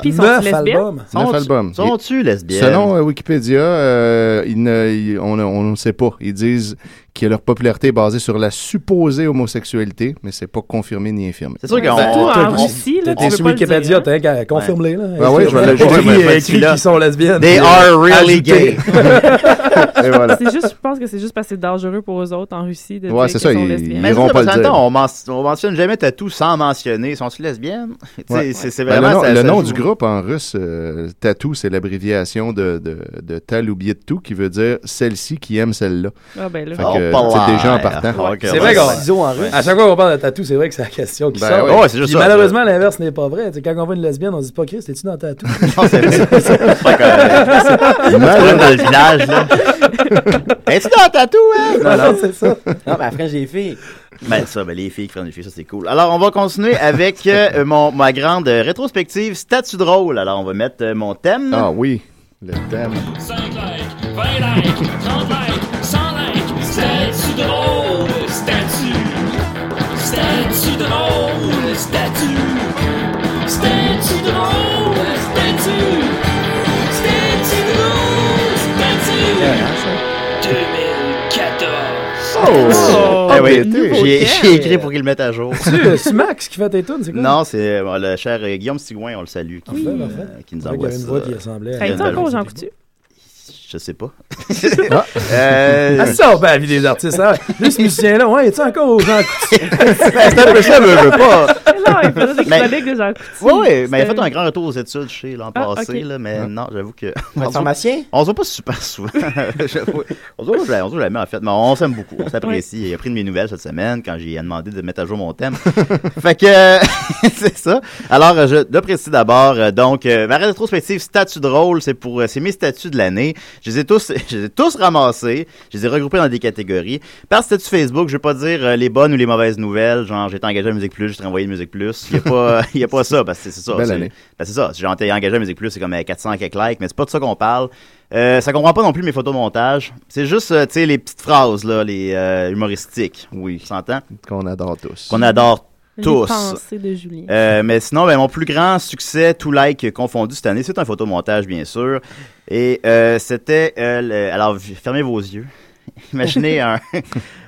Puis ils sont
Neuf
lesbiennes.
albums.
Neuf
Sont-tu-
albums.
Sont-tu lesbiennes?
Selon euh, Wikipédia, euh, ils ne- ils- on ne on ne sait pas. Ils disent que leur popularité est basée sur la supposée homosexualité, mais c'est pas confirmé ni infirmé.
C'est sûr
Ben,
qu'on.
Ben,
Surtout
on- Ben,
t'as-
en Russie, là,
T'es
tu
sur
peux pas le
Wikipédia,
dire.
t'as qu'à- confirme-les, là.
Ben oui, je vais l'ajouter,
Écris-
mais
pas
écris
celui-là.
qu'ils sont lesbiennes.
They are really
Ajouter.
gay.
Et voilà.
C'est juste, je pense que c'est juste parce que c'est dangereux pour eux autres en Russie de
Ouais,
dire
c'est
qu'ils
ça,
sont
ils-
lesbiennes.
Mais c'est
iront
ça,
pas
parce
le
qu'en même
dire.
temps, on, men- on mentionne jamais tatou sans mentionner. Sont-ils lesbiennes? Tu sais,
Ouais.
C'est, c'est
Ben,
vraiment
le nom,
ça-
le
ça
nom
joue.
du groupe en russe, euh, Tatou, c'est l'abréviation de, de, de Tal ou Biettou, qui veut dire celle-ci qui aime celle-là.
Ah ben là.
Fait que,
pas
tu sais,
mal.
déjà en partant.
Ok,
C'est vrai
ouais.
qu'on-
Ciseaux en russe.
À chaque fois qu'on parle de tatou, c'est vrai que c'est la question qui
Ben
sort.
oui.
Ouais, c'est juste
Puis
ça.
malheureusement, l'inverse n'est pas vrai. Tu sais, quand on voit une lesbienne, on se dit pas Chris, t'es-tu dans tatou?
Non, c'est vrai, c'est- c'est pas correct. C'est
Mal-
comme dans le village, là. Es-tu dans tatou, hein?
non, non, c'est ça.
Non, mais après, j'ai les filles.
Ben ça, ben les filles qui prennent les filles, ça c'est cool. Alors on va continuer avec euh, mon, ma grande euh, rétrospective statut drôle. Alors on va mettre euh, mon thème.
Ah oui, le thème.
5 likes, 20 likes, 30 likes, 100 likes. Statut drôle, statut. Statut drôle, statut. Statut drôle, statut. Statut drôle,
hein,
statut. 2014.
euh,
Oh!
Ah,
Eh oui,
nouveau
j'ai
thème.
j'ai écrit pour qu'il le mette à jour.
Tu, euh, c'est Max qui fait tes tunes, c'est quoi?
non, c'est euh, le cher euh, Guillaume Sigouin, on le salue, qui,
Parfait,
euh,
parfait.
qui nous
C'est vrai qu'il y
envoie
avait une
ça.
voix qui ressemblait à...
Fait
Travailles-tu
Bien,
encore aux
ben,
gens coutus?
Je sais pas. Euh,
Ah, ça, ben, la vie des artistes, hein? Juste ce musicien-là, ouais, est-tu encore aux gens coutus?
c'est un peu ça, mais je veux pas.
Mais non, il faisait des
Mais-
chroniques de Jean Coutu.
Oui, oui, mais il a
C'était-
fait un grand retour aux études, je sais, l'an
Ah,
passé,
ok.
là, mais non, j'avoue que.
Un pharmacien?
On se voit pas super souvent. J'avoue. on se voit jamais, on se voit jamais, en fait. Mais on s'aime beaucoup, on s'apprécie. Il a pris de mes nouvelles cette semaine quand j'ai demandé de mettre à jour mon thème. fait que, c'est ça. Alors, je le précise d'abord. euh, Donc, euh, ma rétrospective statut drôle, c'est pour euh, c'est mes statuts de l'année.
Je les ai tous, je les ai tous ramassés. Je les ai regroupés dans des catégories. Par statut Facebook, je vais pas dire euh, les bonnes ou les mauvaises nouvelles. Genre, j'ai été engagé à Musique Plus, j'ai été renvoyé à Musique Plus. Il y a pas, il y a pas ça, parce que c'est ça.
Belle
c'est-
année.
ben, c'est ça. Si j'ai été engagé à Musique Plus, c'est comme euh, 400 et quelques likes, mais c'est pas de ça qu'on parle. Euh, ça comprend pas non plus mes photos montages. C'est juste, euh, tu sais, les petites phrases, là, les euh, humoristiques. Oui. On s'entend?
Qu'on adore tous.
Qu'on adore
Les
tous.
pensées de Julie.
Euh, mais sinon, ben, mon plus grand succès, tout like confondu cette année, c'est un photomontage, bien sûr. Et euh, c'était. euh, le- Alors, v- fermez vos yeux. Imaginez un,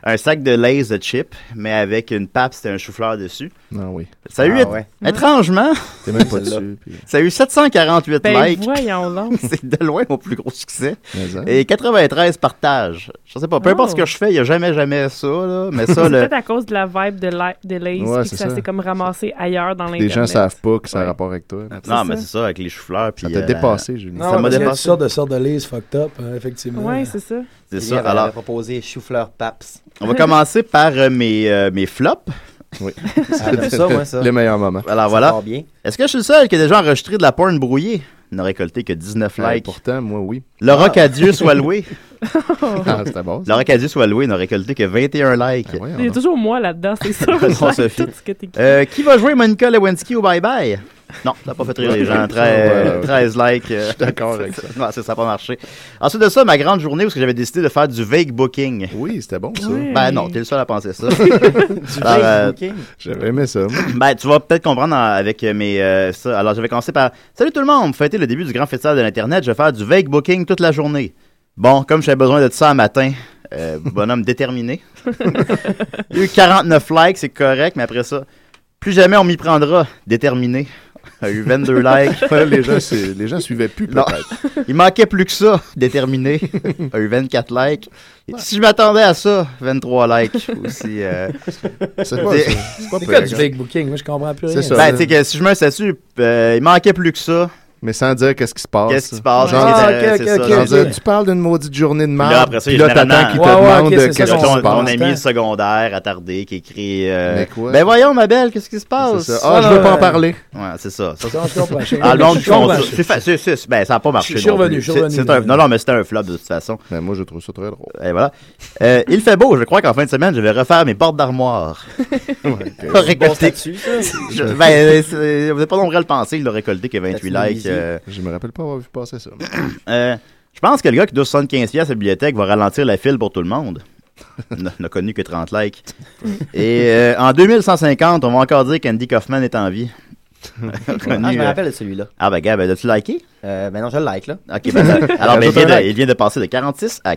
un sac de Lays de chips, mais avec une pape, c'était un chou-fleur dessus.
Non, oui.
Ça a eu,
Ah
é-
ouais.
étrangement,
T'es même pas dessus. puis-
ça a eu 748
Ben,
likes.
voyons donc.
C'est de loin mon plus gros succès.
Mais, hein.
Et 93 partages. Je sais pas, peu importe
Oh.
ce que je fais, il n'y a jamais, jamais ça, là. Mais ça,
C'est
le.
peut-être à cause de la vibe de, la, de Lays,
Ouais,
puis
c'est
que ça,
ça.
s'est comme ramassé ailleurs dans
Les
l'internet.
gens savent pas que ça a rapport avec toi.
Non, mais c'est ça, avec les chou-fleurs. puis,
Ça t'a
euh,
dépassé, Julie.
Non,
Ça
parce
m'a
qu'il y a toutes
dépassé.
sortes de sortes de Lays fucked up, hein, effectivement.
Ouais, c'est ça.
C'est
Julien
ça,
avait-
alors-
avait proposé chou-fleur paps.
On va commencer par euh, mes, euh, mes flops.
Oui.
Ah, j'aime ça, moi, ça.
Les meilleurs moments.
Alors
Ça
voilà.
part bien.
Est-ce que je suis le seul qui a déjà enregistré de la porn brouillée? On n'a récolté que 19
Ouais,
likes.
Euh, pourtant, moi, oui.
Le rock à Dieu soit loué.
Ah, c'était bon.
Le rock à Dieu soit loué n'a récolté que 21 likes.
Il
y a toujours moi là-dedans, c'est sûr.
Pardon,
Like
Sophie.
tout ce que t'écris.
Euh, qui va jouer Monica Lewinsky au Bye Bye? Non, ça n'a pas fait rire les gens. Trai-
Ouais, ouais.
13 likes. Je suis
d'accord avec ça.
Non, ça n'a pas marché. Ensuite de ça, ma grande journée où est-ce que j'avais décidé de faire du vague booking.
Oui, c'était bon, ça.
Ben non, t'es le seul à penser ça.
vague
euh,
booking? J'avais aimé ça.
Ben, tu vas peut-être comprendre en- avec euh, mes. euh, ça. Alors, j'avais commencé par Salut tout le monde, fêtez le début du grand festival de l'Internet, je vais faire du vague booking toute la journée. Bon, comme j'avais besoin de ça un matin, euh, bonhomme déterminé. Il y a eu 49 likes, c'est correct, mais après ça, plus jamais on m'y prendra. Déterminé. Il y a eu 22 likes.
les, gens, c'est- les gens suivaient plus,
Non.
peut-être.
Il manquait plus que ça, déterminé. Il a eu 24 likes. Si je m'attendais à ça, 23 likes aussi. euh.
C'est pas-
Des-
c'est-
C'est quoi du fake booking? Moi, je comprends plus rien.
C'est ça.
Ben, tu sais que si je me statue, euh, il manquait plus que ça.
Mais sans dire qu'est-ce qui se passe.
Qu'est-ce qui se passe?
Genre,
Ah,
euh,
ok,
c'est
ok,
ça,
ok,
genre,
ok.
euh, tu parles d'une maudite journée de
Puis
merde.
là, après ça,
puis là, t'attends
généralement,
qu'il te
Ouais, ouais,
demande
ok, c'est
qu'est-ce
ça,
qui se
ton, ton
passe.
ami secondaire attardé qui écrit euh,
Mais quoi?
Ben voyons, ma belle, qu'est-ce qui se passe
C'est ça. Ah, je veux pas en parler.
Ouais, c'est ça. ça,
Ça, je comprends.
Ah, le monde
Je comprends.
compte ça. C'est fa- c'est- c'est- ben, ça n'a pas marché.
Je suis
non plus.
revenu, je suis
C'est-
revenu.
c'est un- Non, non, mais c'était un flop de toute façon.
moi, je trouve ça très drôle.
Et voilà. Euh, il fait beau. Je crois qu'en fin de semaine, je vais refaire mes portes d'armoire.
Bon
Récolter.
statut, ça.
Je- ben, c'est- vous n'êtes pas nombreux à le penser. Il l'a récolté que 28
T'as-tu
likes.
une
euh,
Je me rappelle pas avoir vu passer ça.
euh, je pense que le gars qui doit 75 pièces à la bibliothèque va ralentir la file pour tout le monde. N- N'a connu que 30 likes. Et euh, en 2150, on va encore dire qu'Andy Kaufman est en vie.
Ah, je me
euh,
rappelle de celui-là.
Ah ben gars, ben as-tu liké?
Euh, ben non, je le like, là.
Ok, ben, ça- alors ben,
Rajoute
il,
un
vient de,
like.
il vient de passer de 46 à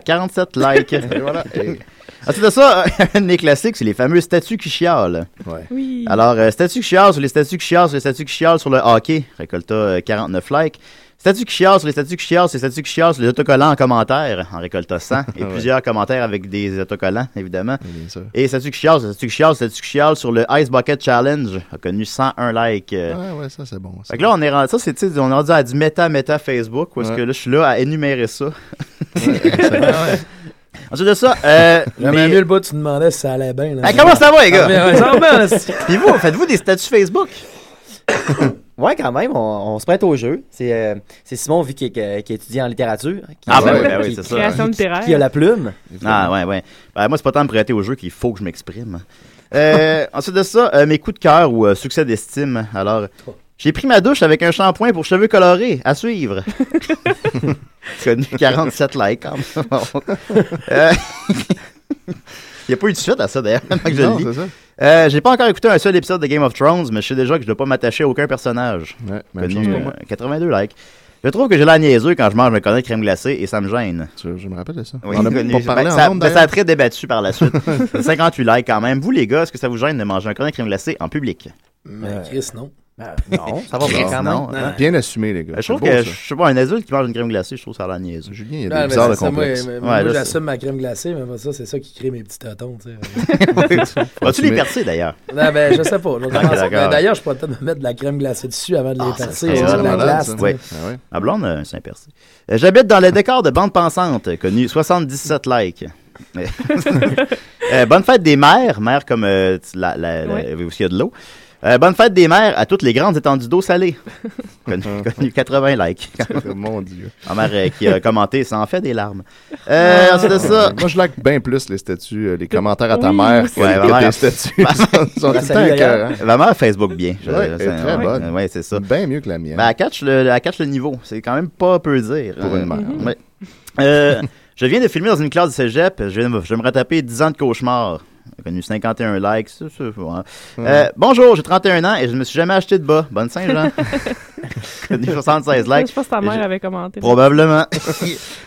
47 likes.
Et voilà. Et-
Ensuite de ça, un des classiques, c'est les fameux statues qui chialent.
Oui.
Alors, euh, statues qui chialent sur les statues qui chialent sur les statues qui chialent sur le hockey. Récolta euh, 49 likes. Statues qui chialent sur les statues qui chialent sur les statues qui chialent sur les autocollants en commentaire. En récolta 100. Et
Ouais.
plusieurs commentaires avec des autocollants, évidemment.
Bien sûr.
Et statues qui chialent sur les statues qui chialent sur les statues qui chialent sur le Ice Bucket Challenge. A connu 101 likes. euh.
Ouais, ouais, ça, c'est bon. ça.
Fait que là, on est rendu, ça, c'est, tu sais, on est rendu à du méta, méta Facebook, où est-ce
Ouais.
que là, je suis là à énumérer ça.
Ah
Ensuite de ça, euh,
J'aimerais
mais-
mieux le bout, tu demandais si ça allait bien. là.
Ben, comment ça va, les gars?
Ah, mais ouais, ça va bien, là, c'est-
Puis vous, faites-vous des statuts Facebook?
Ouais, quand même, on, on se prête au jeu. C'est euh, c'est Simon, vu qui, qui, qui étudie en littérature. qui-
Ah, ben
qui-
oui, ben oui,
qui-
c'est ça.
qui-
Création littéraire.
Qui a la plume.
Ah, ouais, ouais. Ben, moi, c'est pas tant me prêter au jeu qu'il faut que je m'exprime. Euh, ensuite de ça, euh, mes coups de cœur ou euh, succès d'estime. Alors, j'ai pris ma douche avec un shampoing pour cheveux colorés. À suivre. Connu 47 likes. quand même. Euh, Il n'y a pas eu de suite à ça, d'ailleurs. maintenant que je
Non,
le
c'est
lis.
ça.
Euh, j'ai pas encore écouté un seul épisode de Game of Thrones, mais je sais déjà que je dois pas m'attacher à aucun personnage.
Ouais, même
Connu,
chose pour
euh,
moi.
82 likes. Je trouve que j'ai l'air niaiseux quand je mange mes connais de crème glacée et ça me gêne.
Tu- Je me rappelle de ça.
Oui,
on a
connu.
pas parlé
Ben,
en
ça,
nombre,
ben, ça a
d'ailleurs.
très débattu par la suite. 58 likes quand même. Vous, les gars, est-ce que ça vous gêne de manger un cornet crème glacée en public?
Mais Chris, non.
Ben, non, ça va
Chris,
pas quand
non.
même.
Hein?
Bien assumé, les gars.
Je trouve
C'est beau,
que,
ça.
je sais pas, un adulte qui mange une crème glacée, je trouve ça a l'air niaiseux.
Julien, il y a
Non,
des
mais
bizarres de
c'est ça, moi,
complexes.
mais-
Ouais,
Moi,
là,
j'assume ma crème glacée, mais pas ça, c'est ça qui crée mes petits tâtons. tu sais.
Vas-tu les
Mais-
percer, d'ailleurs?
Non, ben, je sais pas. L'autre
Ok,
commence-
d'accord.
ben, D'ailleurs, je pourrais peut-être me mettre de la crème glacée dessus avant de les percer.
serait
C'est de la
malade,
glace.
ça.
tu
Oui.
sais.
Ah ouais.
Ma blonde, euh, c'est un percé. Euh, J'habite dans le décor de Bande Pensante, connu 77 likes. Euh, bonne fête des mères, mères comme euh, la, la- la-
Ouais.
aussi il y a de l'eau.
Euh, bonne fête des mères à toutes les grandes étendues d'eau salée. connu, connu 80 likes.
Mon Dieu.
Ma mère euh, qui a commenté, ça en fait des larmes. Euh,
Ah.
ensuite de ça.
Moi, je like bien plus les statuts, euh, les commentaires à ta
Oui,
mère
aussi.
que,
Ouais,
que
ma mère-
tes statuts. Ils sont- ils sont tout le temps écœurants.
Ma mère Facebook bien. Je-
Ouais,
je-
elle est très
ouais,
bonne.
ouais, c'est ça.
Bien mieux que la mienne.
Ben, elle catch le, elle catch le niveau. C'est quand même pas peu dire.
Pour une mère, ouais.
ouais. Euh, je viens de filmer dans une classe de cégep. Je vais, me- je vais me rattraper 10 ans de cauchemar. J'ai connu 51 likes. c'est- c'est- ouais. Euh, bonjour, j'ai 31 ans et je ne me suis jamais acheté de bas. Bonne Saint-Jean. connu 76 likes.
Je pense que ta
Et
mère
je-
avait commenté.
Probablement.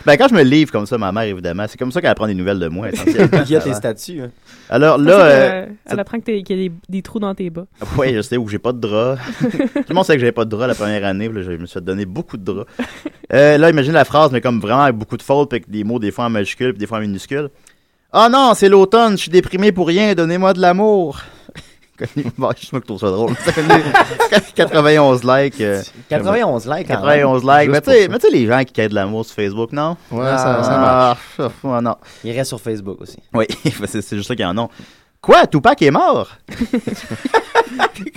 ben, quand je me livre comme ça, ma mère, évidemment, c'est comme ça qu'elle prend des nouvelles de moi. essentiellement.
Il y a tes statuts, hein.
Alors
Je
là.
pense que,
euh,
euh, elle apprend que t'es- qu'il y a des, des trous dans tes bas.
oui, je sais où j'ai pas de draps. Tout le monde sait que j'avais pas de draps la première année. puis là, je me suis fait donner beaucoup de draps. Euh, là, imagine la phrase, mais comme vraiment avec beaucoup de fautes, puis avec des mots des fois en majuscule, puis des fois en minuscule. Ah non, c'est l'automne, je suis déprimé pour rien, donnez-moi de l'amour. Connu- bon, je sais que je trouve ça drôle. Ça connu- 91 likes. euh,
91 likes, quand
91
même.
likes. Mais
Juste
tu sais,
pour ça.
mais tu sais, les gens qui créent de l'amour sur Facebook, non?
Ouais, ça- ça
Ah, ah, non.
Il reste sur Facebook aussi.
Oui, c'est c'est juste ça qu'il y en a. Quoi, Tupac est mort?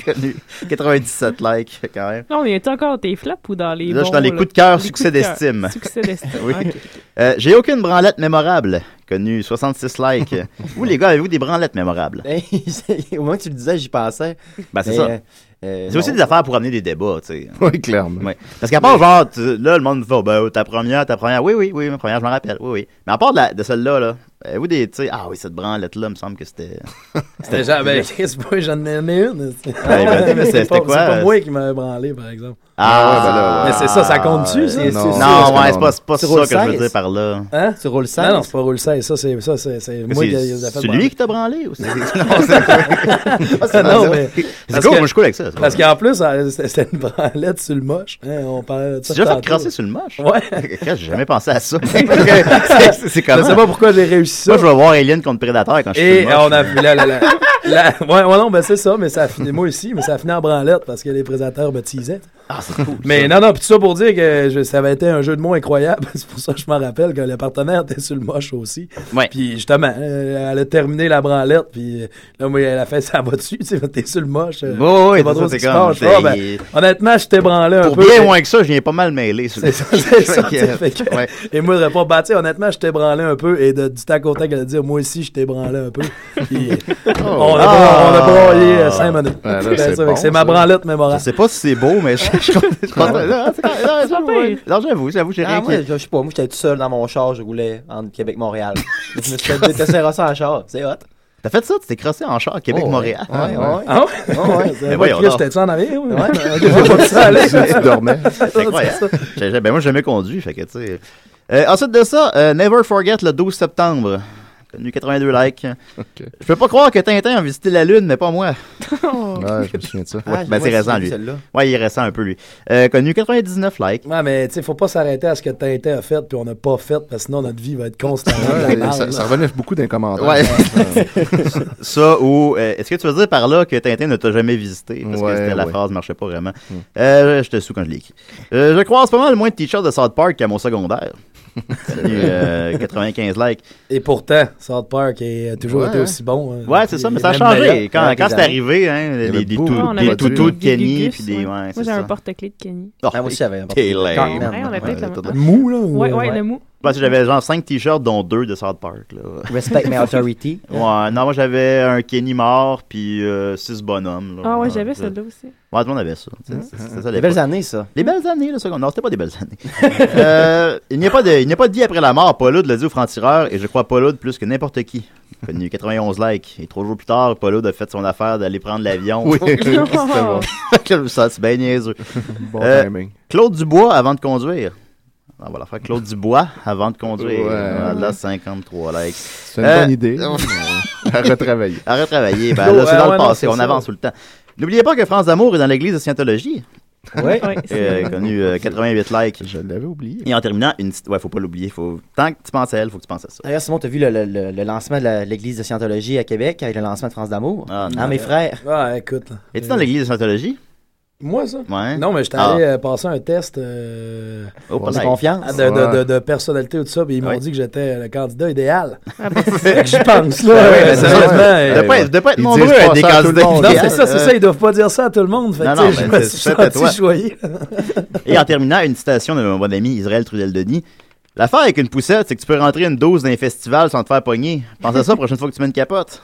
Connu. 97 likes, quand même.
Là, on est encore dans tes flaps ou dans les.
Là, je suis
bons,
dans les coups de cœur,
Les
succès
coups de cœur.
d'estime.
Succès d'estime.
Oui.
ok.
Euh, J'ai aucune branlette mémorable. Connu 66 likes. vous, les gars, avez-vous des branlettes mémorables?
Au moment que tu le disais, j'y pensais.
Ben, c'est
Mais,
ça.
euh, euh,
c'est aussi
non.
des affaires pour amener des débats, tu sais.
Oui, clairement.
Ouais. Parce qu'à part, genre, tu- là, le monde va, ben, ta première, ta première, oui, oui, oui, ma première, je m'en rappelle, oui, oui. Mais à part de, la- de celle-là, là, avez-vous des, tu sais, ah oui, cette branlette-là, me semble que c'était.
C'était genre, ben, Chris, moi, j'en ai une. c'est-
Ah, ben, mais c'était
C'est pas-
quoi,
C'est pas
euh,
moi qui m'avais branlé, par exemple.
Ah, ouais, ben là, ouais.
Mais c'est ça, ça compte-tu, ça?
Non, non, ouais, c'est pas, c'est pas ça que je veux dire par là.
Hein?
Sur Roll 16?
Non, non, c'est pas Roll 16. Ça, c'est, ça, c'est, c'est moi qui les ai fait
C'est
branler.
lui qui t'a branlé aussi.
Ah, non, mais.
C'est
parce
cool,
que-
moi je coule avec ça.
Parce qu'en plus, euh, c'était c'était une branlette sur le moche. Hein, on parlait de ça.
Tu t'es déjà fait
tantôt.
crasser sur le moche?
Ouais.
J'ai jamais pensé à ça. C'est- c'est- c'est comment?
Je sais pas pourquoi j'ai réussi ça.
Moi, je vais voir Alien contre Predator quand je suis
Et ah,
sur le moche.
on a là, là, là, là, ouais, ouais, non, ben c'est ça, mais ça a fini, moi aussi, mais ça a fini en branlette parce que les présentateurs me teasaient.
Ah, c'est cool.
Mais non, non, puis tout ça pour dire que je- ça avait été un jeu de mots incroyable. C'est pour ça que je m'en rappelle que le partenaire était sur le moche aussi. Puis justement, euh, elle a terminé la branlette, puis euh, là, moi, elle a fait ça va dessus, tu sais, t'es sur le moche. euh,
Ouais, ouais,
t'as pas trop
c'est ça,
ce
c'est
qui se
comme-
passe. Ah, ben,
c'est-
honnêtement, j'étais branlé un
Pour
peu.
bien
mais-
moins que ça, je viens pas mal mêlé. sur le
c'est ça,
moche.
c'est ça.
Fait
tu
que,
sais, fait que-
ouais.
Et moi, je réponds, bah, tu sais, honnêtement, je t'ai branlé un peu. Et de, du tac au tac, elle a dit, moi aussi, je t'ai branlé un peu. Puis, on, a, bra- on a broyé 5 minutes.
Ah, là,
Ben,
c'est
ça,
bon,
c'est ma
ça.
branlette mémorable.
Je sais pas si c'est beau, mais je, je, je pense- là, c'est- là, j'avoue, ouais. Non, j'avoue, j'avoue, j'ai
Ah,
rien
moi,
qui-
je je sais pas, moi j'étais tout seul dans mon char, je roulais entre Québec-Montréal. je me suis fait détester ça en char, c'est hot.
T'as fait ça, tu t'es crossé en char à Québec-Montréal.
Ouais, ouais. ouais.
Ah Oh, ouais?
Ah ouais.
Mais voyons
Chris,
donc.
j'étais-tu en avion?
Ouais.
Ouais. Pas ça, allez.
Tu dormais. C'est
C'est
incroyable.
ça.
J'ai- j'ai- Ben moi, j'ai jamais conduit, fait que, tu sais. Euh, ensuite de ça, euh, Never Forget le 12 septembre. Connu 82 likes. Je peux pas croire que Tintin a visité la Lune, mais pas moi.
Ouais, je me souviens de ça.
Ouais, ben c'est récent, lui. Ouais, il est récent un peu, lui. Euh, connu 99 likes.
Ouais, mais tu sais, faut pas s'arrêter à ce que Tintin a fait puis on n'a pas fait, parce que sinon notre vie va être constamment. de la
Ouais,
merde,
ça,
là.
ça revenait beaucoup d'un commentaire.
Ouais. ça ou euh, est-ce que tu veux dire par là que Tintin ne t'a jamais visité parce
Ouais,
que c'était la
ouais.
phrase marchait pas vraiment. Euh, je te sous quand je l'ai écrit. Euh, je croise pas mal moins de t-shirts de South Park qu'à mon secondaire. Euh, 95 likes.
Et pourtant, South Park a toujours
Ouais,
été
ouais.
aussi bon. hein.
Ouais, c'est ça, mais ça a
même
changé.
meilleur.
Quand,
Ouais,
quand
des
c'est
années.
arrivé, hein, les, les,
beaux
tout-
on
des
avait
toutous
du-
de Kenny,
Gugus,
puis des.
ouais.
Ouais,
Moi,
c'est
j'ai
ça.
un porte-clés de Kenny.
Oh,
Ah, moi aussi, j'avais un
t'es
porte-clés.
laid.
Quand même. Ouais, on avait
peut-être
tout
le
laid.
même. Mou, là, ou-
Ouais, ouais, le mou.
Parce que j'avais genre 5 t-shirts, dont 2 de South Park. Là.
Respect my authority.
Ouais, non, moi j'avais un Kenny mort, puis 6 bonhommes. là.
Ah ouais, j'avais
ça.
celle-là aussi.
Ouais, tout le monde avait ça. Tu sais, c'est- c'est ça,
Des
l'époque.
belles années, ça.
Les belles années, le second. Non, c'était pas des belles années. Euh, il n'y a pas de, il n'y a pas de vie après la mort. Paulude l'a dit au franc-tireur et je crois Paulude plus que n'importe qui. Connu 91 likes. Et trois jours plus tard, Paulude a fait son affaire d'aller prendre l'avion.
Oui, oui, c'était bon.
bon. ça, c'est bien niaiseux. Euh,
Bon timing.
Claude Dubois avant de conduire. On va la faire Claude Dubois avant de conduire. Voilà, Là, 53 likes.
C'est une bonne idée. À retravailler.
À retravailler. Ben,
Claude,
là, c'est dans
ouais,
le
ouais, non,
passé.
c'est
on
ça.
avance tout le temps. N'oubliez pas que France d'Amour est dans l'église de Scientologie.
Ouais. Ouais,
Euh,
c'est vrai.
connu euh, 88 likes.
Je l'avais oublié.
Et en terminant, une petite- Ouais, faut pas l'oublier. Faut... Tant que tu penses à elle, faut que tu penses à ça.
D'ailleurs, Simon, t'as vu le, le- le- le lancement de la- l'église de Scientologie à Québec avec le lancement de France d'amour? Ah, mes frères.
Ah, écoute. là.
Es-tu dans l'église de Scientologie?
Moi, ça?
Ouais.
Non, mais j'étais
Ah.
allé euh, passer un test euh,
Oh,
de
peut-être.
confiance, Ah, de, de- de- de personnalité ou tout ça, puis ils m'ont dit que j'étais le candidat idéal. C'est que j'y pense, là.
Ben oui,
euh,
ben ça,
sérieusement,
ouais.
euh,
De pas être- de pas être
ils
nombreux
disent
à
pas
des
ça à tout le
candidats
monde. Non,
idéaux.
c'est ça, c'est ça,
Euh,
ils doivent pas dire ça à tout le monde. Fait
Non,
que,
non,
tu sais,
ben,
je me
c'est-
suis
c'était
senti
toi.
choyé.
Et en terminant, une citation de mon bon ami Israël Trudel-Denis. L'affaire avec une poussette, c'est que tu peux rentrer une dose d'un festival sans te faire pogner. Pense à ça la prochaine fois que tu mets une capote.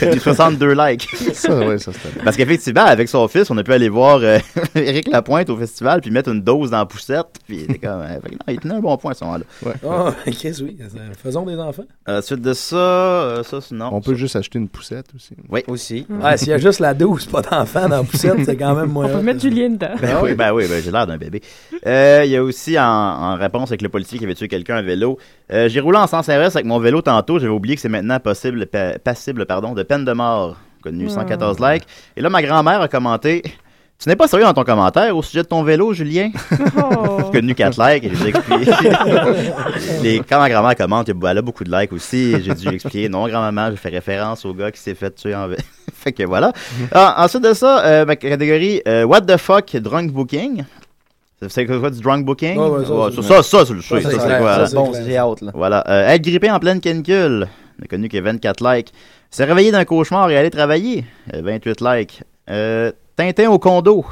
J'ai 62 likes.
Ça, ouais, ça, c'était
Parce qu'effectivement, avec son fils, on a pu aller voir euh, Éric Lapointe au festival puis mettre une dose dans la poussette. Puis c'est comme. euh, fait que non, il tenait un bon point à ce moment-là.
Ah, qu'est-ce oui. euh, Faisons des enfants.
Euh, Ensuite de ça, euh, ça, sinon.
On peut juste acheter une poussette aussi.
Oui. Aussi.
Ouais, Ah, s'il y a juste la douce, pas d'enfant dans la poussette, c'est quand même moins.
On peut
hot. Ah
Mettre Julien dedans.
Ben oui, ben oui, ben j'ai l'air d'un bébé. Euh, Il y a aussi en, en réponse avec le policier qui avait tué quelqu'un à vélo. euh, j'ai roulé en sens inverse avec mon vélo tantôt. J'avais oublié que c'est maintenant possible, pa- passible pardon, de peine de mort. Connu 114 likes. Et là, ma grand-mère a commenté. Tu n'es pas sérieux dans ton commentaire au sujet de ton vélo, Julien? Connu 4 likes et j'ai expliqué. Les- quand ma grand-mère commente, il y a- elle a beaucoup de likes aussi. J'ai dû expliquer. Non, grand-maman, je fais référence au gars qui s'est fait tuer en vélo. fait que voilà. Ah, ensuite de ça, euh, ma catégorie euh, What the fuck drunk booking. C'est quoi du drunk booking?
Ouais, ouais, ça,
Ouais,
c'est-
ça, ça, ça, c'est le
Ça,
ça,
c'est
c'est
clair.
quoi,
Ça,
là?
c'est bon, clair. j'ai hâte, là.
Voilà. Euh, être grippé en pleine canicule. On a connu que 24 likes. Se réveiller d'un cauchemar et aller travailler. Euh, 28 likes. Euh, Tintin au condo.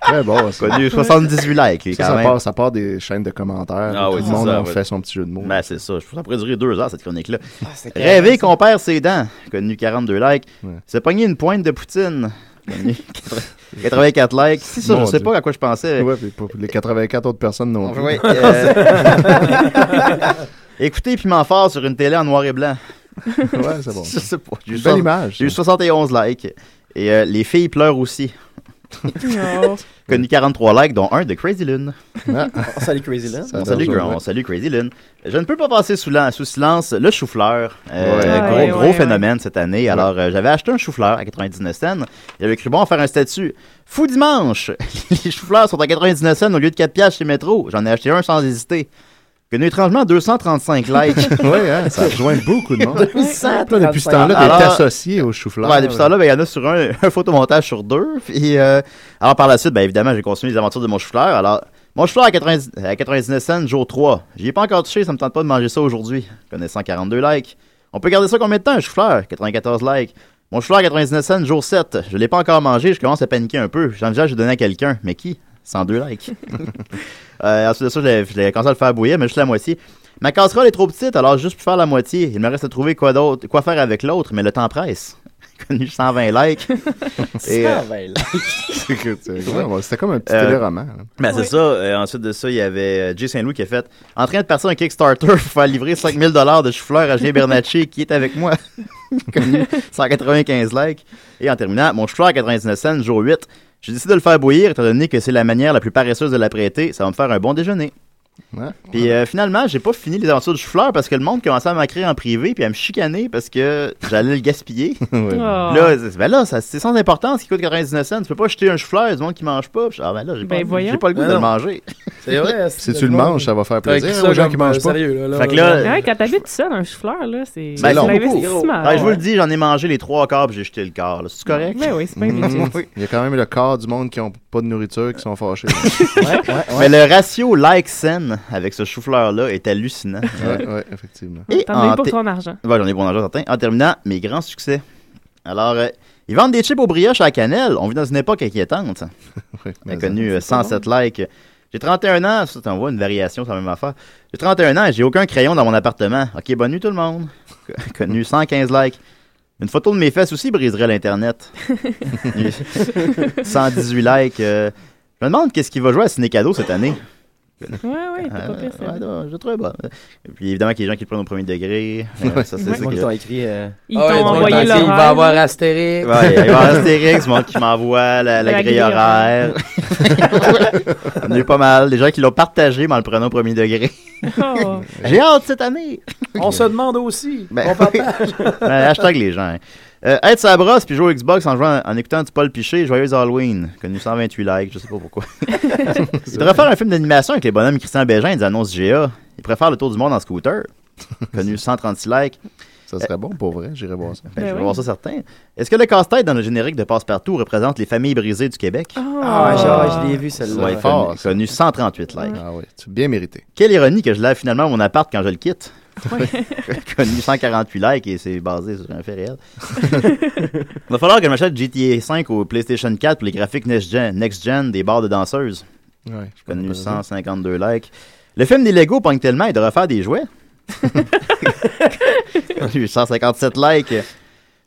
Très bon. ça.
Connu 78 likes, lui,
Ça,
quand
ça
même.
part, ça part des chaînes de commentaires.
Ah
tout
oui,
le
c'est
monde
ça,
en
ouais.
fait son petit jeu de mots.
Ben, c'est ça. Je- Ça pourrait durer deux heures, cette chronique-là.
clair,
Rêver qu'on perd ses dents. Connu 42 likes. Se pogner une pointe de poutine. Connu 84 likes. C'est ça,
Mon
je sais
Dieu.
pas à quoi je pensais.
Ouais, puis pour les 84 autres personnes non plus.
Ouais, euh, Écoutez Piment Fort sur une télé en noir et blanc.
Ouais, c'est bon.
Je sais pas. J'ai eu
Belle
soix-
image,
J'ai eu 71 likes. Et euh, les filles pleurent aussi. Connu 43 likes, dont un de Crazy Lune.
Ah.
On salue Crazy Lynn.
On salue, on salue Crazy Lynn. Je ne peux pas passer sous, la- sous silence le chou-fleur. Euh,
Ouais.
gros
Ouais,
gros
ouais,
phénomène cette année. Alors, euh, j'avais acheté un chou-fleur à 99 cents. J'avais cru bon faire un statut. Fou dimanche! Les chou-fleurs sont à 99 cents au lieu de 4 piastres chez Métro. J'en ai acheté un sans hésiter. Connu étrangement 235 likes.
Oui, hein, ça rejoint beaucoup de monde.
235.
Là, depuis ce temps-là, t'es
Alors-
associé au chou-fleur.
Ouais, depuis ce temps-là, ben, il y en a sur un, un photomontage sur deux. Puis, euh, alors, par la suite, ben, évidemment, j'ai continué les aventures de mon chou-fleur. Alors, mon chou-fleur à, 90 à 99 cents, jour 3. J'y ai pas encore touché, ça me tente pas de manger ça aujourd'hui. Connaissant 42 likes. On peut garder ça combien de temps, un chou-fleur 94 likes. Mon chou-fleur à 99 cents, jour 7. Je l'ai pas encore mangé, je commence à paniquer un peu. J'envisage de donner à quelqu'un. Mais qui 102 likes. Euh, ensuite de ça, j'avais j'avais commencé à le faire bouillir, mais juste la moitié. Ma casserole est trop petite, alors juste pour faire la moitié. Il me reste à trouver quoi d'autre, quoi faire avec l'autre, mais le temps presse. Connu 120 likes. Et, euh,
120 likes.
Ouais, ouais, C'était comme un petit
euh,
téléroman. là.
Ben, c'est ça. Euh, ensuite de ça, il y avait euh, Jay Saint-Louis qui a fait En train de passer un Kickstarter pour faire livrer 5000 de chou-fleur à Jay Bernatchez qui est avec moi. Connu 195 likes. Et en terminant, mon chou-fleur à 99 cents, jour 8. J'ai décidé de le faire bouillir étant donné que c'est la manière la plus paresseuse de l'apprêter. Ça va me faire un bon déjeuner.
Ouais.
Puis euh, finalement, j'ai pas fini les aventures du chou-fleur parce que le monde commençait à m'écrire en privé puis à me chicaner parce que j'allais le gaspiller.
Oh.
Ah.
Là, c'est- ben là, ça- c'est sans importance qui coûte 99 cents. Tu peux pas jeter un chou-fleur à du monde qui mange pas. Puis je- Ah ben là, j'ai
Ben,
pas,
voyons.
j'ai pas le goût
Ben
de le
non.
manger.
C'est vrai, c'est-
Si tu le manges, ça va faire
T'as
plaisir
écrit ça
aux gens
comme,
qui mangent
euh,
pas.
sérieux, là, là.
Fait que là,
Ouais, quand t'habites seul, un chou-fleur, là, c'est
Ben,
c'est
non.
un investissement.
Ah, je vous le dis, j'en ai mangé les trois quarts puis j'ai jeté le quart. là. C'est correct?
Ben oui, c'est pas
Mhm.
invité.
Il y a quand même le quart du monde qui n'ont pas de nourriture, qui sont fâchés.
Mais le ratio like-sen avec ce chou-fleur-là est hallucinant.
Ouais, ouais, effectivement.
T'en as eu
en
pour
té-
ton argent.
Ouais, j'en ai pour mon argent, certain. En terminant, mes grands succès. Alors, euh, ils vendent des chips aux brioches à la cannelle. On vit dans une époque inquiétante. J'ai
Ouais, mais
connu euh, 107 likes. J'ai 31 ans. Ça, t'en vois une variation sur la même affaire. J'ai 31 ans et j'ai aucun crayon dans mon appartement. OK, bonne nuit tout le monde. Connu 115 likes. Une photo de mes fesses aussi briserait l'Internet. 118 likes. euh, je me demande qu'est-ce qu'il va jouer à Ciné Cadeau cette année.
Ouais, ouais, t'es pas
Euh,
pire,
ouais,
ça.
non, je trouve bon. Puis évidemment qu'il y a des gens qui le prennent au premier degré. Euh, ça, c'est
Ouais.
ça
Moi,
que-
ils t'ont écrit. euh,
Ils
Ah ouais,
t'ont
ils t'ont
envoyé
écrit,
l'horaire.
Il va avoir Astérix.
Ouais, il va y avoir Astérix, moi, qui m'envoie la, la
La
grille
grille
horaire. On a eu pas mal. Des gens qui l'ont partagé, mais en le prenant au premier degré.
Oh.
J'ai hâte cette année.
On se demande aussi.
Ben,
on partage.
Ben, hashtag les gens. hein. Euh, être sa brosse puis jouer au Xbox en, jouant, en écoutant du Paul Piché, Joyeux Halloween. Connu 128 likes, je sais pas pourquoi. Il devrait faire un film d'animation avec les bonhommes Christian Bégin, ils annoncent GA. Il préfère le tour du monde en scooter. Connu 136 likes. Euh, Ça serait bon pour vrai, j'irais voir ça.
Ben, je vais voir ça certain. Est-ce que le casse-tête dans le générique de Passe-Partout représente les familles brisées du Québec?
Ah, genre, je l'ai vu celle-là.
Ouais, fort. Connu 138 likes.
Ah oui, tu bien mérité.
Quelle ironie que je lave finalement mon appart quand je le quitte. Connu 148 likes et c'est basé sur un fait réel. Il va falloir que je m'achète GTA 5 au PlayStation 4 pour les graphiques next-gen next -gen des bars de danseuses.
Ouais, je
Connu 152 likes. Le film des Lego pogne tellement et de refaire des jouets. Connu 157 likes.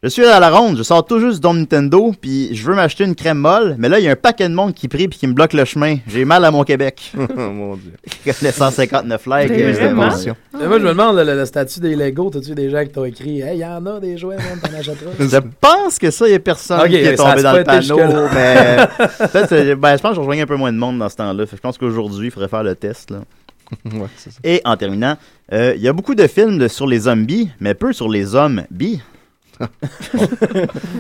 Je suis à la ronde, je sors tout juste du Nintendo, puis je veux m'acheter une crème molle, mais là, il y a un paquet de monde qui prie puis qui me bloque le chemin. J'ai mal à mon Québec.
Mon Dieu.
Les 159 likes.
Des
euh,
vraiment?
bon.
Mais moi, je me demande le, le statut des Lego. T'as-tu des gens qui t'ont écrit Hey, y en a des jouets, man, t'en achèteras.
Je pense que ça, il n'y a personne
Ok,
qui est
ça a
tombé dans le
pas été
panneau,
jusque-là.
mais peut-être, euh, ben, je pense que je rejoignais un peu moins de monde dans ce temps-là. Fait que Je pense qu'aujourd'hui, il faudrait faire le test. Là.
Ouais, c'est ça.
Et en terminant, euh, il y a beaucoup de films de- sur les zombies, mais peu sur les hommes bi.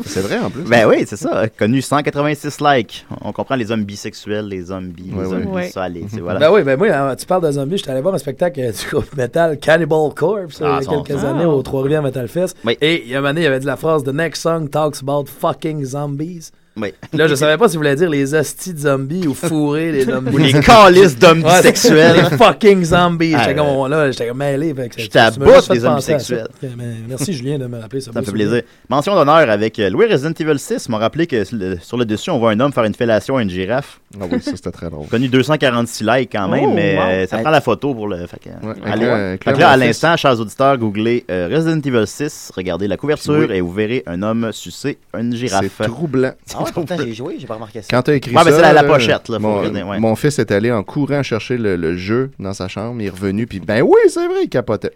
C'est vrai, en plus.
Ben oui, c'est ça. Connu 186 likes. On comprend les hommes bisexuels, les hommes bi, les
Ouais,
hommes
ouais.
bisexuels, tu sais, voilà.
Ben oui, ben moi, hein, tu parles de zombies. J'étais allé voir un spectacle euh, du groupe metal Cannibal Corpse euh,
Ah,
il y a
son-
quelques
ah.
années au Trois-Rivières Metal Fest.
Oui.
Et il y a une année, il y avait dit la phrase The next song talks about fucking zombies.
Oui.
Là, je savais pas si vous voulez dire les hosties de zombies ou fourrer les zombies.
Ou les calices d'hommes
Ouais,
bisexuels.
Les fucking zombies.
Ah,
J'étais
ouais.
comme, oh là, j'étais comme mêlé. fait que
J'étais à
tu m'as juste
bout des
fait
hommes
penser à ça.
bisexuels.
Ok, mais Merci, Julien, de me rappeler ça.
Ça me fait
beau
plaisir.
souvenir.
Mention d'honneur avec euh, Louis Resident Evil 6 m'a rappelé que sur le- sur le dessus, on voit un homme faire une fellation à une girafe.
Ah oui, ça, c'était très drôle.
Connu 246 likes quand même,
Oh,
mais
wow.
euh, ça prend la photo pour le. Fait que, allez,
clairement,
Fait que là,
clairement,
à
on fait
l'instant, chers auditeurs, googlez euh, Resident Evil 6, regardez la couverture
Oui.
et vous verrez un homme sucer une girafe.
C'est troublant.
Ah ouais, pourtant, j'ai joué, j'ai pas remarqué ça.
Quand t'as écrit
Ouais,
ça,
mais c'est la- la
là,
pochette, là, faut
mon,
regarder, ouais.
mon fils est allé en courant chercher le, le jeu dans sa chambre. Il est revenu, puis ben oui, c'est vrai, il capotait.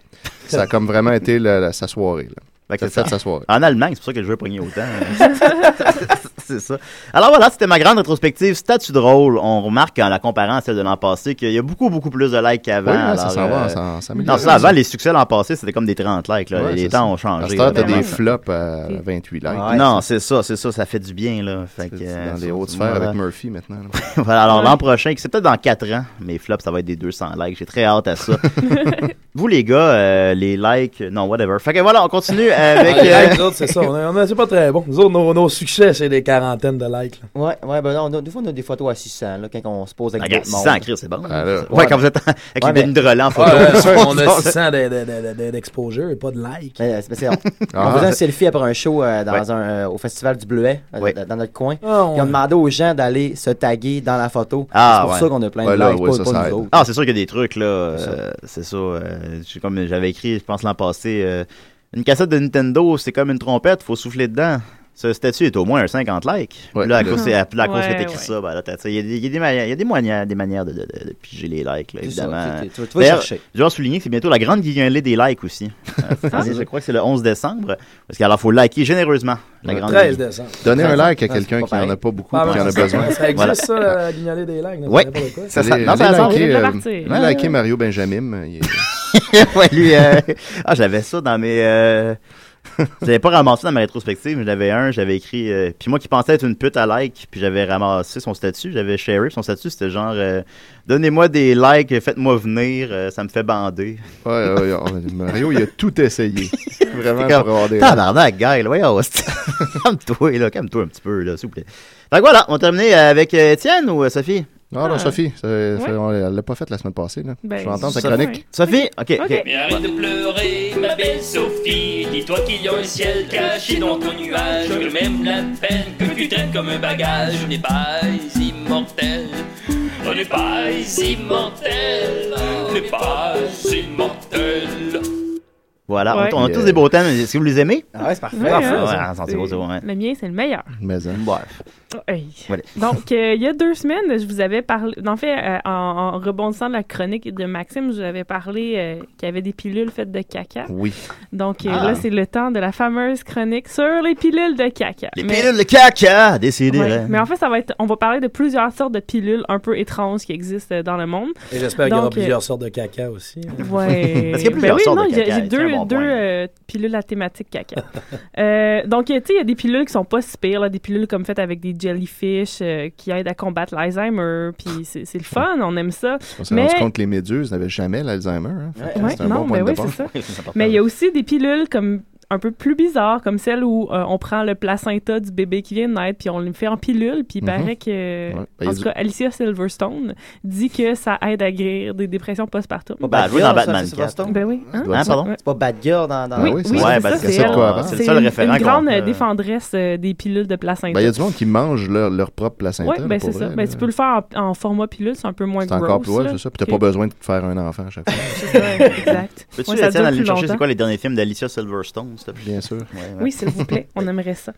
Ça a comme vraiment été la- la- sa soirée. Là.
Fait que
Ça
c'est
fait
ça.
sa soirée.
En Allemagne, c'est pour ça que le jeu a pogné autant. c'est ça. Alors voilà, c'était ma grande rétrospective. Statut drôle. On remarque en la comparant à celle de l'an passé qu'il y a beaucoup, beaucoup plus de likes qu'avant.
Oui, ouais, ça
Alors,
s'en va, ça- ça améliore.
Non, ça, avant, les succès l'an passé, c'était comme des 30 likes. là.
Ouais,
les
c'est
temps
ça.
ont
À
changé.
cette heure,
là,
t'as
vraiment.
des flops à 28 likes.
non, c'est ça, c'est ça, ça fait du bien. Là. Fait que,
c'est dans
euh,
les
ça,
hautes
tout
sphères
le monde,
avec
là.
Murphy, maintenant, là.
voilà, alors
Ouais.
l'an prochain, c'est peut-être dans 4 ans, mes flops, ça va être des 200 likes. J'ai très hâte à ça. Vous, les gars, euh, les likes, non, whatever. Fait que voilà, on continue avec.
Ah, les
euh,
likes, nous autres, c'est ça. On a- on a- c'est pas très bon. Nous autres, nos, nos succès, c'est des quarantaines de likes. là.
Ouais, ouais, ben non, nous- des fois, on a des photos à 600, là, quand on se pose avec
Regarde,
d'autres mondes.
600 Chris, c'est bon.
Ah, là.
Ouais, quand vous êtes avec les
mais-
Denis de Relais en photo.
Ouais, ouais, ouais, on
Ils sont-
a 600 de- de- de- de- d'exposure et pas de likes.
Mais, euh, c'est- mais c'est- on,
Ah.
on faisait un selfie après un show euh, dans
Ouais.
un, euh, au Festival du Bleuet, euh,
Ouais.
dans- dans notre coin.
Ah, ouais.
Puis on demandait aux gens d'aller se taguer dans la photo.
Ah,
c'est pour
ouais.
ça qu'on a plein de
Ouais, là,
likes,
ouais,
pas,
ça,
pas
ça
nous
aide.
autres.
Ah, c'est sûr qu'il y a des trucs, là. euh, C'est ça. euh, je- comme j'avais écrit, je pense, l'an passé, euh, une cassette de Nintendo, c'est comme une trompette, faut souffler dedans. Ce statut est au moins un 50 likes. Puis là, à
le-
cause, c'est- à la cause que
Ouais,
t'écris
ouais.
ça, ben là, t'as- t'sais, il y a, des- il y a des manières, il y a des manières, des manières de, de- de- de piger les likes, là,
C'est ça,
évidemment.
tu- tu- tu vas
D'ailleurs,
chercher.
Je dois souligner que c'est bientôt la grande guignolée des likes aussi. Euh, cette
Ah.
année, je crois que c'est le 11 décembre. Parce qu'il faut liker généreusement la
Le
grande
13
guignolée.
décembre.
Donner un like à
Non, c'est
quelqu'un
pas
qui en a
pareil.
pas beaucoup
Ah,
et qui
ouais,
en a
ça-
besoin.
Ça existe,
Voilà.
ça, la guignolée des likes. là,
Ouais.
n'importe quoi.
Ça, ça-
Allez,
non, ça
allez
sent-
liker,
Il
euh,
devrait
partir.
allez liker
Ouais.
Mario Benjamin. il est-
ouais, lui, euh, Ah, j'avais ça dans mes. euh, Je l'avais pas ramassé dans ma rétrospective, mais j'avais un, j'avais écrit. euh, Puis moi qui pensais être une pute à like, puis j'avais ramassé son statut, j'avais sharé son statut, c'était genre euh, Donnez-moi des likes, faites-moi venir, euh, ça me fait bander.
Ouais, ouais, ouais, Mario, il a tout essayé. Vraiment,
T'es comme,
pour avoir des
Tabarnak, guy, là, voyons, c'est- calme-toi, là, calme-toi un petit peu, là, s'il vous plaît. Fait que voilà, on termine avec euh, Étienne ou euh, Sophie?
Non, non, Sophie, ça- ça- on l'a- elle l'a pas faite la semaine passée. Là.
Ben,
Je vais entendre sa
Sophie.
chronique.
Sophie, ok, ok.
Mais arrête de pleurer, ma belle Sophie. Dis-toi qu'il y a un ciel caché dans ton nuage. Que même la peine que tu traînes comme un bagage n'est pas immortel. On n'est pas immortel. On n'est pas immortel.
Voilà,
Ouais.
on, on a tous
Yeah.
des beaux thèmes. Est-ce que vous les aimez?
euh, Ah ouais, c'est parfait.
Ouais,
hein,
ouais,
ça,
c'est beau, c'est beau, ouais.
Le mien, c'est le meilleur.
Mais, hein.
Bref.
Oh, hey.
Voilà.
Donc, euh, il y a deux semaines, je vous avais parlé. En fait, euh, en, en rebondissant de la chronique de Maxime, je vous avais parlé euh, qu'il y avait des pilules faites de caca.
Oui.
Donc, euh,
Ah.
là, c'est le temps de la fameuse chronique sur les pilules de caca.
Les
Mais-
pilules de caca, décidez.
Ouais. Mais en fait, ça va être, on va parler de plusieurs sortes de pilules un peu étranges qui existent euh, dans le monde.
Et j'espère qu'il y aura
Donc, euh,
plusieurs sortes de caca aussi. hein.
Ouais.
Parce qu'il y a
Ben
plusieurs
oui,
sortes
non,
de
j'ai-
caca,
J'ai
c'est
deux,
un bon
deux
point.
euh, pilules à thématique caca. Euh, donc, euh, tu sais, il y a des pilules qui sont pas si pires, là, des pilules comme faites avec des jellyfish euh, qui aident à combattre l'Alzheimer, puis c'est c'est le fun, on aime ça.
On s'est
Mais,
rendu compte que les méduses n'avaient jamais l'Alzheimer. Hein. Fait que
Ouais,
c'est un
non,
bon point
ben
de
oui,
départ.
c'est ça. mais il y a aussi des pilules comme
un peu plus bizarres, comme celle où euh, on prend le placenta du bébé qui vient de naître, puis on le fait en pilule, puis il
Mhm.
paraît que...
Ouais,
euh,
ben,
en
il
tout
dit-
cas, Alicia Silverstone dit que ça aide à guérir des dépressions postpartum.
Bah, elle joue dans Batman
ça,
4.
Ben oui. Hein?
Hein, pardon?
Ouais.
C'est pas Bad Girl dans. dans...
Oui,
oui,
oui,
c'est
c'est
ça.
Ouais,
ça,
ben,
c'est ça de quoi avant.
elle.
C'est le seul
une-
référent
Une grande
qu'on-
euh, défendresse euh, des pilules de placenta.
Ben, Il y a du monde qui mange leur, leur propre placenta.
Oui,
là,
ben
pour
c'est ça.
vrai,
Ben,
là.
tu peux le faire en, en format pilule, c'est un peu moins
C'est
gross.
encore plus, ouais,
là.
c'est ça. Puis t'as
Ok.
pas besoin de te faire un enfant à chaque fois.
C'est ça, exact.
Peux-tu,
Ouais, ça
Étienne,
dure
aller
plus
me chercher c'est
longtemps.
quoi les derniers films d'Alicia Silverstone, s'il te plaît?
Bien sûr.
Oui, s'il vous plaît, on aimerait ça.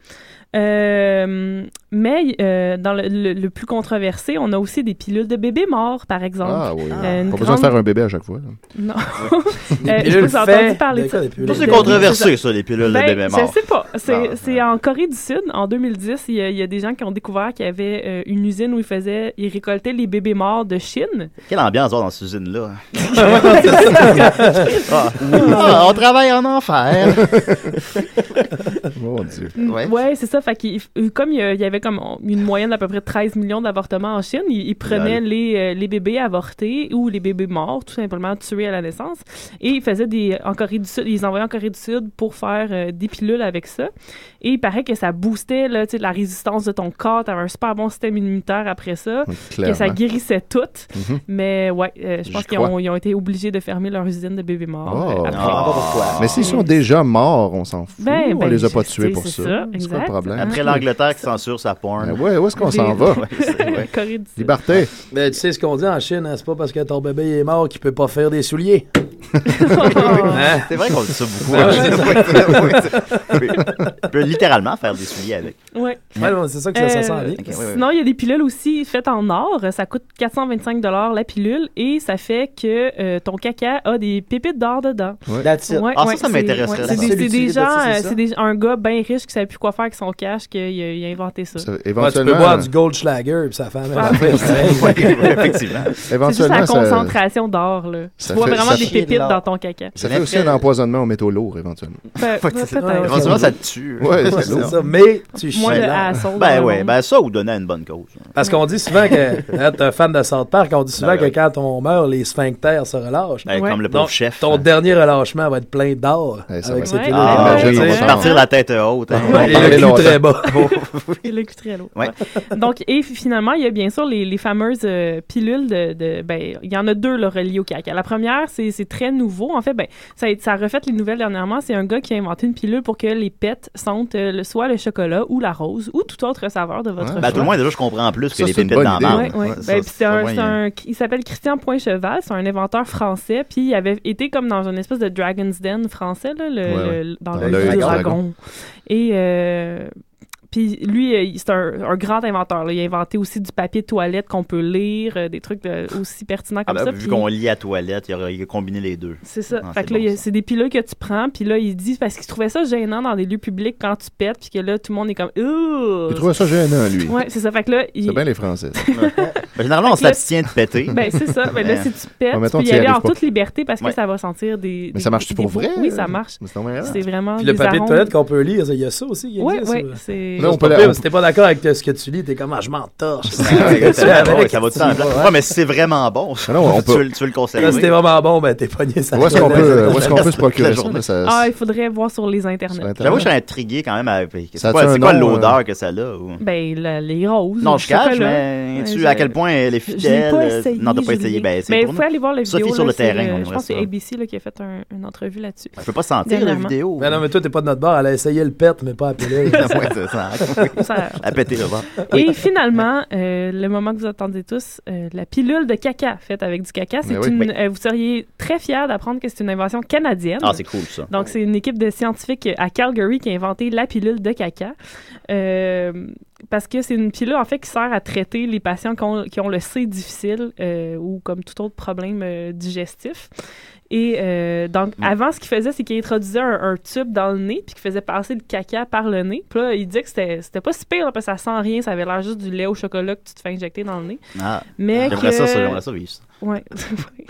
Euh, mais euh, dans le, le- le plus controversé, on a aussi des pilules de bébés morts, par exemple.
Ah oui.
Euh, une
Pas besoin de
grande-
faire un bébé à chaque fois. là.
Non.
Des
Euh, je
pilules
vous ai entendu
faites,
parler de
des cas
ça.
de pilules.
Ça, c'est controversé, ça, les pilules de
Ben,
bébés morts.
Je sais pas. C'est-
Ah.
C'est en Corée du Sud, en 2010, il y, a, il y a des gens qui ont découvert qu'il y avait euh, une usine où ils faisaient, ils récoltaient les bébés morts de Chine.
Quelle ambiance voir dans cette usine-là?
ça.
Ah. Ah, on travaille en enfer!
Mon Dieu.
Ouais, c'est ça. Fait qu'il- euh, comme il y a- il y avait comme on- une moyenne d'à peu près 13 millions d'avortements en Chine, ils, ils prenaient
Lol.
les, euh, les bébés avortés ou les bébés morts, tout simplement tués à la naissance, et ils faisaient des en Corée du Sud, ils les envoyaient en Corée du Sud pour faire euh, des pilules avec ça. Et il paraît que ça boostait là, tu sais, la résistance de ton corps, t'avais un super bon système immunitaire après ça,
Clairement.
que ça guérissait tout.
Mhm.
Mais ouais, euh, je
J'y
pense qu'ils
crois.
ont, ils ont été obligés de fermer leur usine de bébés morts.
Oh.
euh, après.
Mais s'ils sont déjà morts, on s'en fout.
Ben,
on
ben,
les a pas
je-
tués
c'est-
pour
c'est
ça.
ça,
C'est quoi
exact.
le problème?
Après l'Angleterre qui censure sa porn.
Ben ouais, où est-ce qu'on s'en va?
Ouais, c'est- ouais.
Corée du
Liberté.
Mais tu sais ce qu'on dit en Chine, hein, c'est pas parce que ton bébé est mort qu'il peut pas faire des souliers. Hein?
C'est vrai qu'on dit ça beaucoup. hein.
Ben ouais,
Oui, c'est- oui. On peut littéralement faire des souliers avec.
Ouais.
Ouais, non, c'est ça que ça- ça sent bien.
Ok, ouais, ouais.
Sinon, il y a des pilules aussi faites en or. Ça coûte 425 la pilule et ça fait que euh, ton caca a des pépites d'or dedans.
Ouais. That's it. Ah, ça, ça
c'est-
m'intéresserait, ça.
c'est des- C'est des,
Celui-ci,
gens,
that's it,
euh,
c'est ça.
c'est des- un gars bien riche qui savait plus quoi faire avec son cash qu'il a, il a inventé ça.
Ça,
Ouais, tu
éventuellement,
peux boire du Goldschlager puis sa femme.
Ah,
elle va faire
oui.
pareil.
Ouais, effectivement.
C'est juste
Éventuellement,
la
ça-
concentration d'or. Là. Tu
ça
vois
fait-
vraiment
ça
des
fait-
pépites dans ton caca.
Ça fait aussi un empoisonnement aux métaux lourds, éventuellement.
Pe-
Ouais,
peut-être.
c'est- Éventuellement, ça te tue.
Ouais, c'est
ça. ça, mais tu
Moins de
chiales.
hassle Ben ouais, ben ça ou donner à une bonne cause.
Parce qu'on dit souvent que, hein, t'es un fan de South Park, on dit souvent
Ben
que
oui.
quand on meurt, les sphincters se relâchent.
Ben, comme le pauvre
Donc,
chef,
Ton
hein.
dernier relâchement va être plein d'or.
Eh, ça
avec
va
ces
être-
pilules.
Ah,
Imagine,
ouais,
on
ouais.
s'en
Partir
va.
la tête haute. hein.
Ouais, et le cul très bas.
Et le cul très lourd.
Ouais.
Donc, et finalement, il y a bien sûr les, les fameuses euh, pilules de, de- Ben, il y en a deux là, reliées au caca. La première, c'est c'est très nouveau. En fait, ben, ça, a- ça a refait les nouvelles dernièrement. C'est un gars qui a inventé une pilule pour que les pets sentent euh, le- soit le chocolat ou la rose ou toute autre saveur de votre
Ben,
choix.
à tout le moins, déjà, je comprends plus
Ça,
que les
c'est une
pépites dans
bonne idée.
la
Ouais,
marde.
ouais.
Ouais,
Ben,
ça,
puis c'est
ça,
un-
ouais,
c'est un- il s'appelle Christian Poincheval, c'est un inventeur français, puis il avait été comme dans une espèce de Dragon's Den français, là, le-
Ouais,
le-
ouais.
dans,
Dans
le dragon.
l'œil du dragon.
Et euh, puis lui, euh, il- c'est un, un grand inventeur. là. Il a inventé aussi du papier de toilette qu'on peut lire, euh, des trucs euh, aussi pertinents
Ah
comme
ben,
ça.
vu
puis-
qu'on lit à toilette, il a, il a combiné les deux.
c'est ça.
Ah,
fait que là,
bon,
il y a-
ça.
c'est des pilules que tu prends, puis là, il dit, parce qu'il trouvait ça gênant dans des lieux publics quand tu pètes, puis que là, tout le monde est comme, Ugh!
Il trouvait ça gênant, lui.
Ouais, c'est ça. Fait que là, il-
C'est bien les Français. ça.
Ben, généralement, on
Fait que là-
s'abstient de péter.
Ben, c'est ça. Ben, là, si tu pètes,
Ouais,
tu
mettons,
peux
tu
y
y
aller
arrives
en
pas.
toute liberté parce que
Ouais.
ça va sentir des.
Mais
des-
ça marche-tu
des
pour
bouts.
vrai?
Oui, ça marche.
Mais c'est donc bien.
C'est vraiment.
Puis le
des
papier de
arômes.
toilette qu'on peut lire, il y a ça aussi. il y a
Oui,
ça,
oui,
ça.
c'est-
Là, on
Ben,
peut
la-
lire. Si t'es pas d'accord avec euh, ce que tu lis, t'es comme, ah, je m'entorche.
Ouais, exactement. Ouais, ça va tout
Tu
en
vas,
place.
ouais.
Ouais, mais si c'est vraiment bon,
Ah non, on
tu, veux,
peut-
le- tu veux le conseiller.
Là, si t'es vraiment bon, ben, t'es pogné. ça
Où est-ce qu'on
va.
peut, où est-ce qu'on peut se procurer
La
ça?
journée.
là, ça-
Ah, il faudrait voir sur les
Sur
internets.
Internet.
J'avoue, je suis intrigué quand même. avec-
Ça
C'est
a-tu
quoi,
un
c'est quoi
nom, euh?
l'odeur que ça a? ou-
Ben, la- les roses.
Non,
le
je cache,
chocolat.
mais
Ouais,
tu,
je-
à quel point elle est
je l'ai
fidèle?
pas
euh,
essayé,
non, t'as pas
je l'ai-
essayé. Ben, c'est
Mais
pour
faut aller voir la vidéo.
Sophie sur
là,
le
c'est, euh,
terrain. on
Je
aimerait
pense que
ça.
c'est ABC là, qui a fait un- une entrevue là-dessus.
Je peux pas sentir la
Dernièrement.
vidéo.
Ben non, mais toi, t'es pas de notre bord. Elle a essayé le pet, mais pas la pilule.
Ouais, c'est ça.
Ça-
À péter le vent.
Et finalement, euh, le moment que vous attendez tous, euh, la pilule de caca faite avec du caca. C'est
Mais oui.
une,
Oui.
euh, vous seriez très fiers d'apprendre que c'est une invention canadienne.
Ah, c'est cool, ça.
Donc, c'est une équipe de scientifiques à Calgary qui a inventé la pilule de caca. Euh, parce que c'est une pilule, en fait, qui sert à traiter les patients qui ont, qui ont le C difficile euh, ou comme tout autre problème euh, digestif. Et euh, donc, avant, ce qu'il faisait, c'est qu'il introduisait un, un tube dans le nez puis qu'il faisait passer le caca par le nez. Puis là, il disait que c'était c'était pas si pire là, parce que ça sent rien. Ça avait l'air juste du lait au chocolat que tu te fais injecter dans le nez.
Ah,
Mais
j'aimerais
que-
ça, ça, j'aimerais ça vivre ça.
euh, Ouais.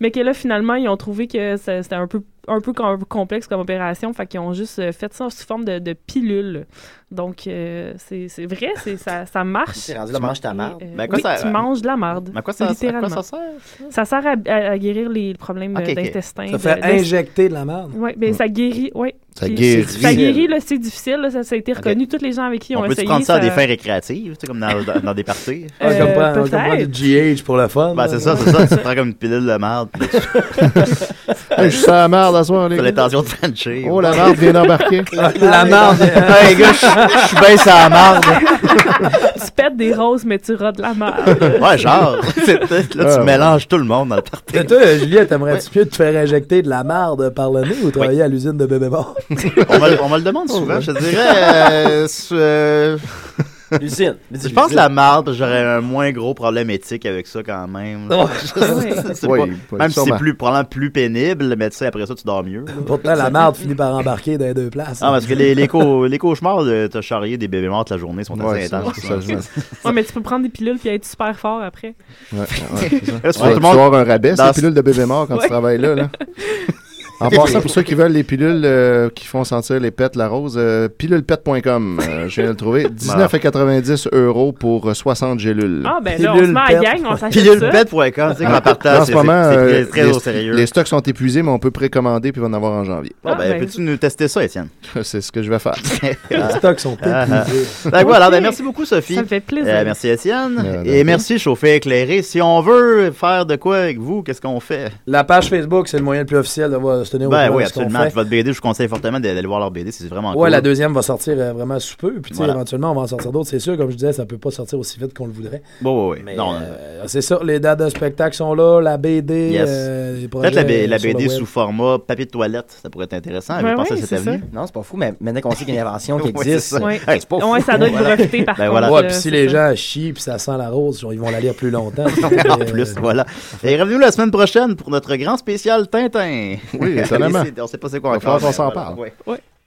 Mais que là, finalement, ils ont trouvé que ça- c'était un peu, un peu com- complexe comme opération. Fait qu'ils ont juste euh, fait ça sous forme de, de pilule. Donc, euh, c'est c'est vrai, c'est- ça, ça marche.
C'est rendu là, mange ta marde.
Et, euh,
Ben, à quoi
oui,
ça-
tu manges de la marde.
Mais à quoi ça- à quoi ça
littéralement.
sert,
Ça sert à, à- à guérir les problèmes euh,
Ok, ok.
d'intestin.
Ça fait injecter de la merde.
Oui, mais ben, ça guérit. Oui,
Ça
Puis
guérit.
Ça guérit, là, c'est difficile, là, ça, ça a été reconnu. Toutes les gens avec qui ont
On peut-tu
essayé.
prendre ça à des
ça-
fins récréatives, tu sais, comme dans, dans- dans des parties?
Ah, je vais Euh, prendre- je vais prendre peut-être.
GH pour la fun.
Ben, c'est ça, c'est ça. Tu prends comme une pilule de merde. puis là, tu-
Hey, je suis sur la merde à soir, les
T'as
gars.
l'intention de trancher.
Oh, la marde vient d'embarquer.
La marde. Hey, gars, je je suis bien sur la marde.
tu pètes des roses, mais tu rates de la merde.
Ouais, genre. C'est peut-être, là, tu
Ouais.
mélanges tout le monde dans le party.
Et toi, Juliette, t'aimerais-tu mieux te faire injecter de la marde par le nez ou travailler à l'usine de bébé mort?
On me, on me le demande souvent, je te dirais. euh, su- euh,
L'usine.
Je pense la marde, parce que j'aurais un moins gros problème éthique avec ça quand même.
Ouais.
C'est
Oui,
pas-
oui,
même si c'est
sûrement.
plus, probablement plus pénible, mais tu sais, après ça, tu dors mieux. là.
Pourtant, la marde finit par embarquer dans les deux places.
Ah, parce que les, les, cau- les cauchemars de te charrier des bébés morts toute la journée sont
Ouais,
assez
ça,
intenses.
ça, ça, ça.
Ouais, mais tu peux prendre des pilules puis être super fort après.
Ouais, ouais, c'est ça.
Là, c'est
Tu vas-
tout le
tu
monde-
vas avoir un rabais,
dans
ces
ce-
pilules de bébé mort quand
Ouais.
tu travailles là. là. En passant, pour ceux qui veulent les pilules euh, qui font sentir les pets, la rose, euh, pilulepet.com, euh, je viens de le trouver. 19,90 euros pour euh, 60 gélules.
Ah, ben là, on se met à la gang, on s'achète ça.
Pilulepet.com, tu sais, qu'en partage,
En ce
c'est-
moment,
c'est- c'est
euh,
très- très
les,
au sérieux.
les stocks sont épuisés, mais on peut précommander puis on va en avoir en janvier.
Ah,
Ah,
Bon, ben,
ben,
peux-tu nous tester ça, Étienne?
C'est ce que je vais faire.
Ah. Ah, ah.
épuisés.
Ben, voilà,
Ok.
ben, merci beaucoup, Sophie.
Ça me fait plaisir.
Euh, merci, Étienne.
Euh,
Et merci, Chauffé Éclairé. Si on veut faire de quoi avec vous, qu'est-ce qu'on fait?
La page Facebook, c'est le moyen le plus officiel de voir- se tenir au
Ben
courant
oui,
de ce qu'on
absolument.
fait.
Puis votre BD, je vous conseille fortement d'aller voir leur BD, c'est vraiment
Ouais,
cool.
la deuxième va sortir euh, vraiment sous peu. Puis, tu sais,
Voilà.
éventuellement, on va en sortir d'autres. C'est sûr, comme je disais, ça peut pas sortir aussi vite qu'on le voudrait.
Bon, oui, oui. Non,
Euh, C'est ça, les dates de spectacle sont là, la BD.
Yes.
euh, les projets
Peut-être la, B- la
sur le
BD
web.
sous format papier de toilette, ça pourrait être intéressant. Avez-vous pensé à cette avenue?
Non, c'est pas fou, mais maintenant qu'on sait qu'il y a une invention qui
Ouais, c'est
existe,
ça. Ouais.
hey, c'est pas fou.
Ouais, ça doit être
Voilà.
breveté par
Ben
contre.
voilà.
Ouais,
là,
puis si
c'est
les
ça.
gens chient puis ça sent la rose, genre, ils vont la lire plus longtemps.
en plus,
euh,
voilà. Et revenez-nous la semaine prochaine pour notre grand spécial Tintin.
Oui, étonnamment.
Allez, c'est- On sait pas c'est quoi
Va
encore.
falloir qu'on
mais
s'en
voilà.
parle.
Ouais.
Ouais.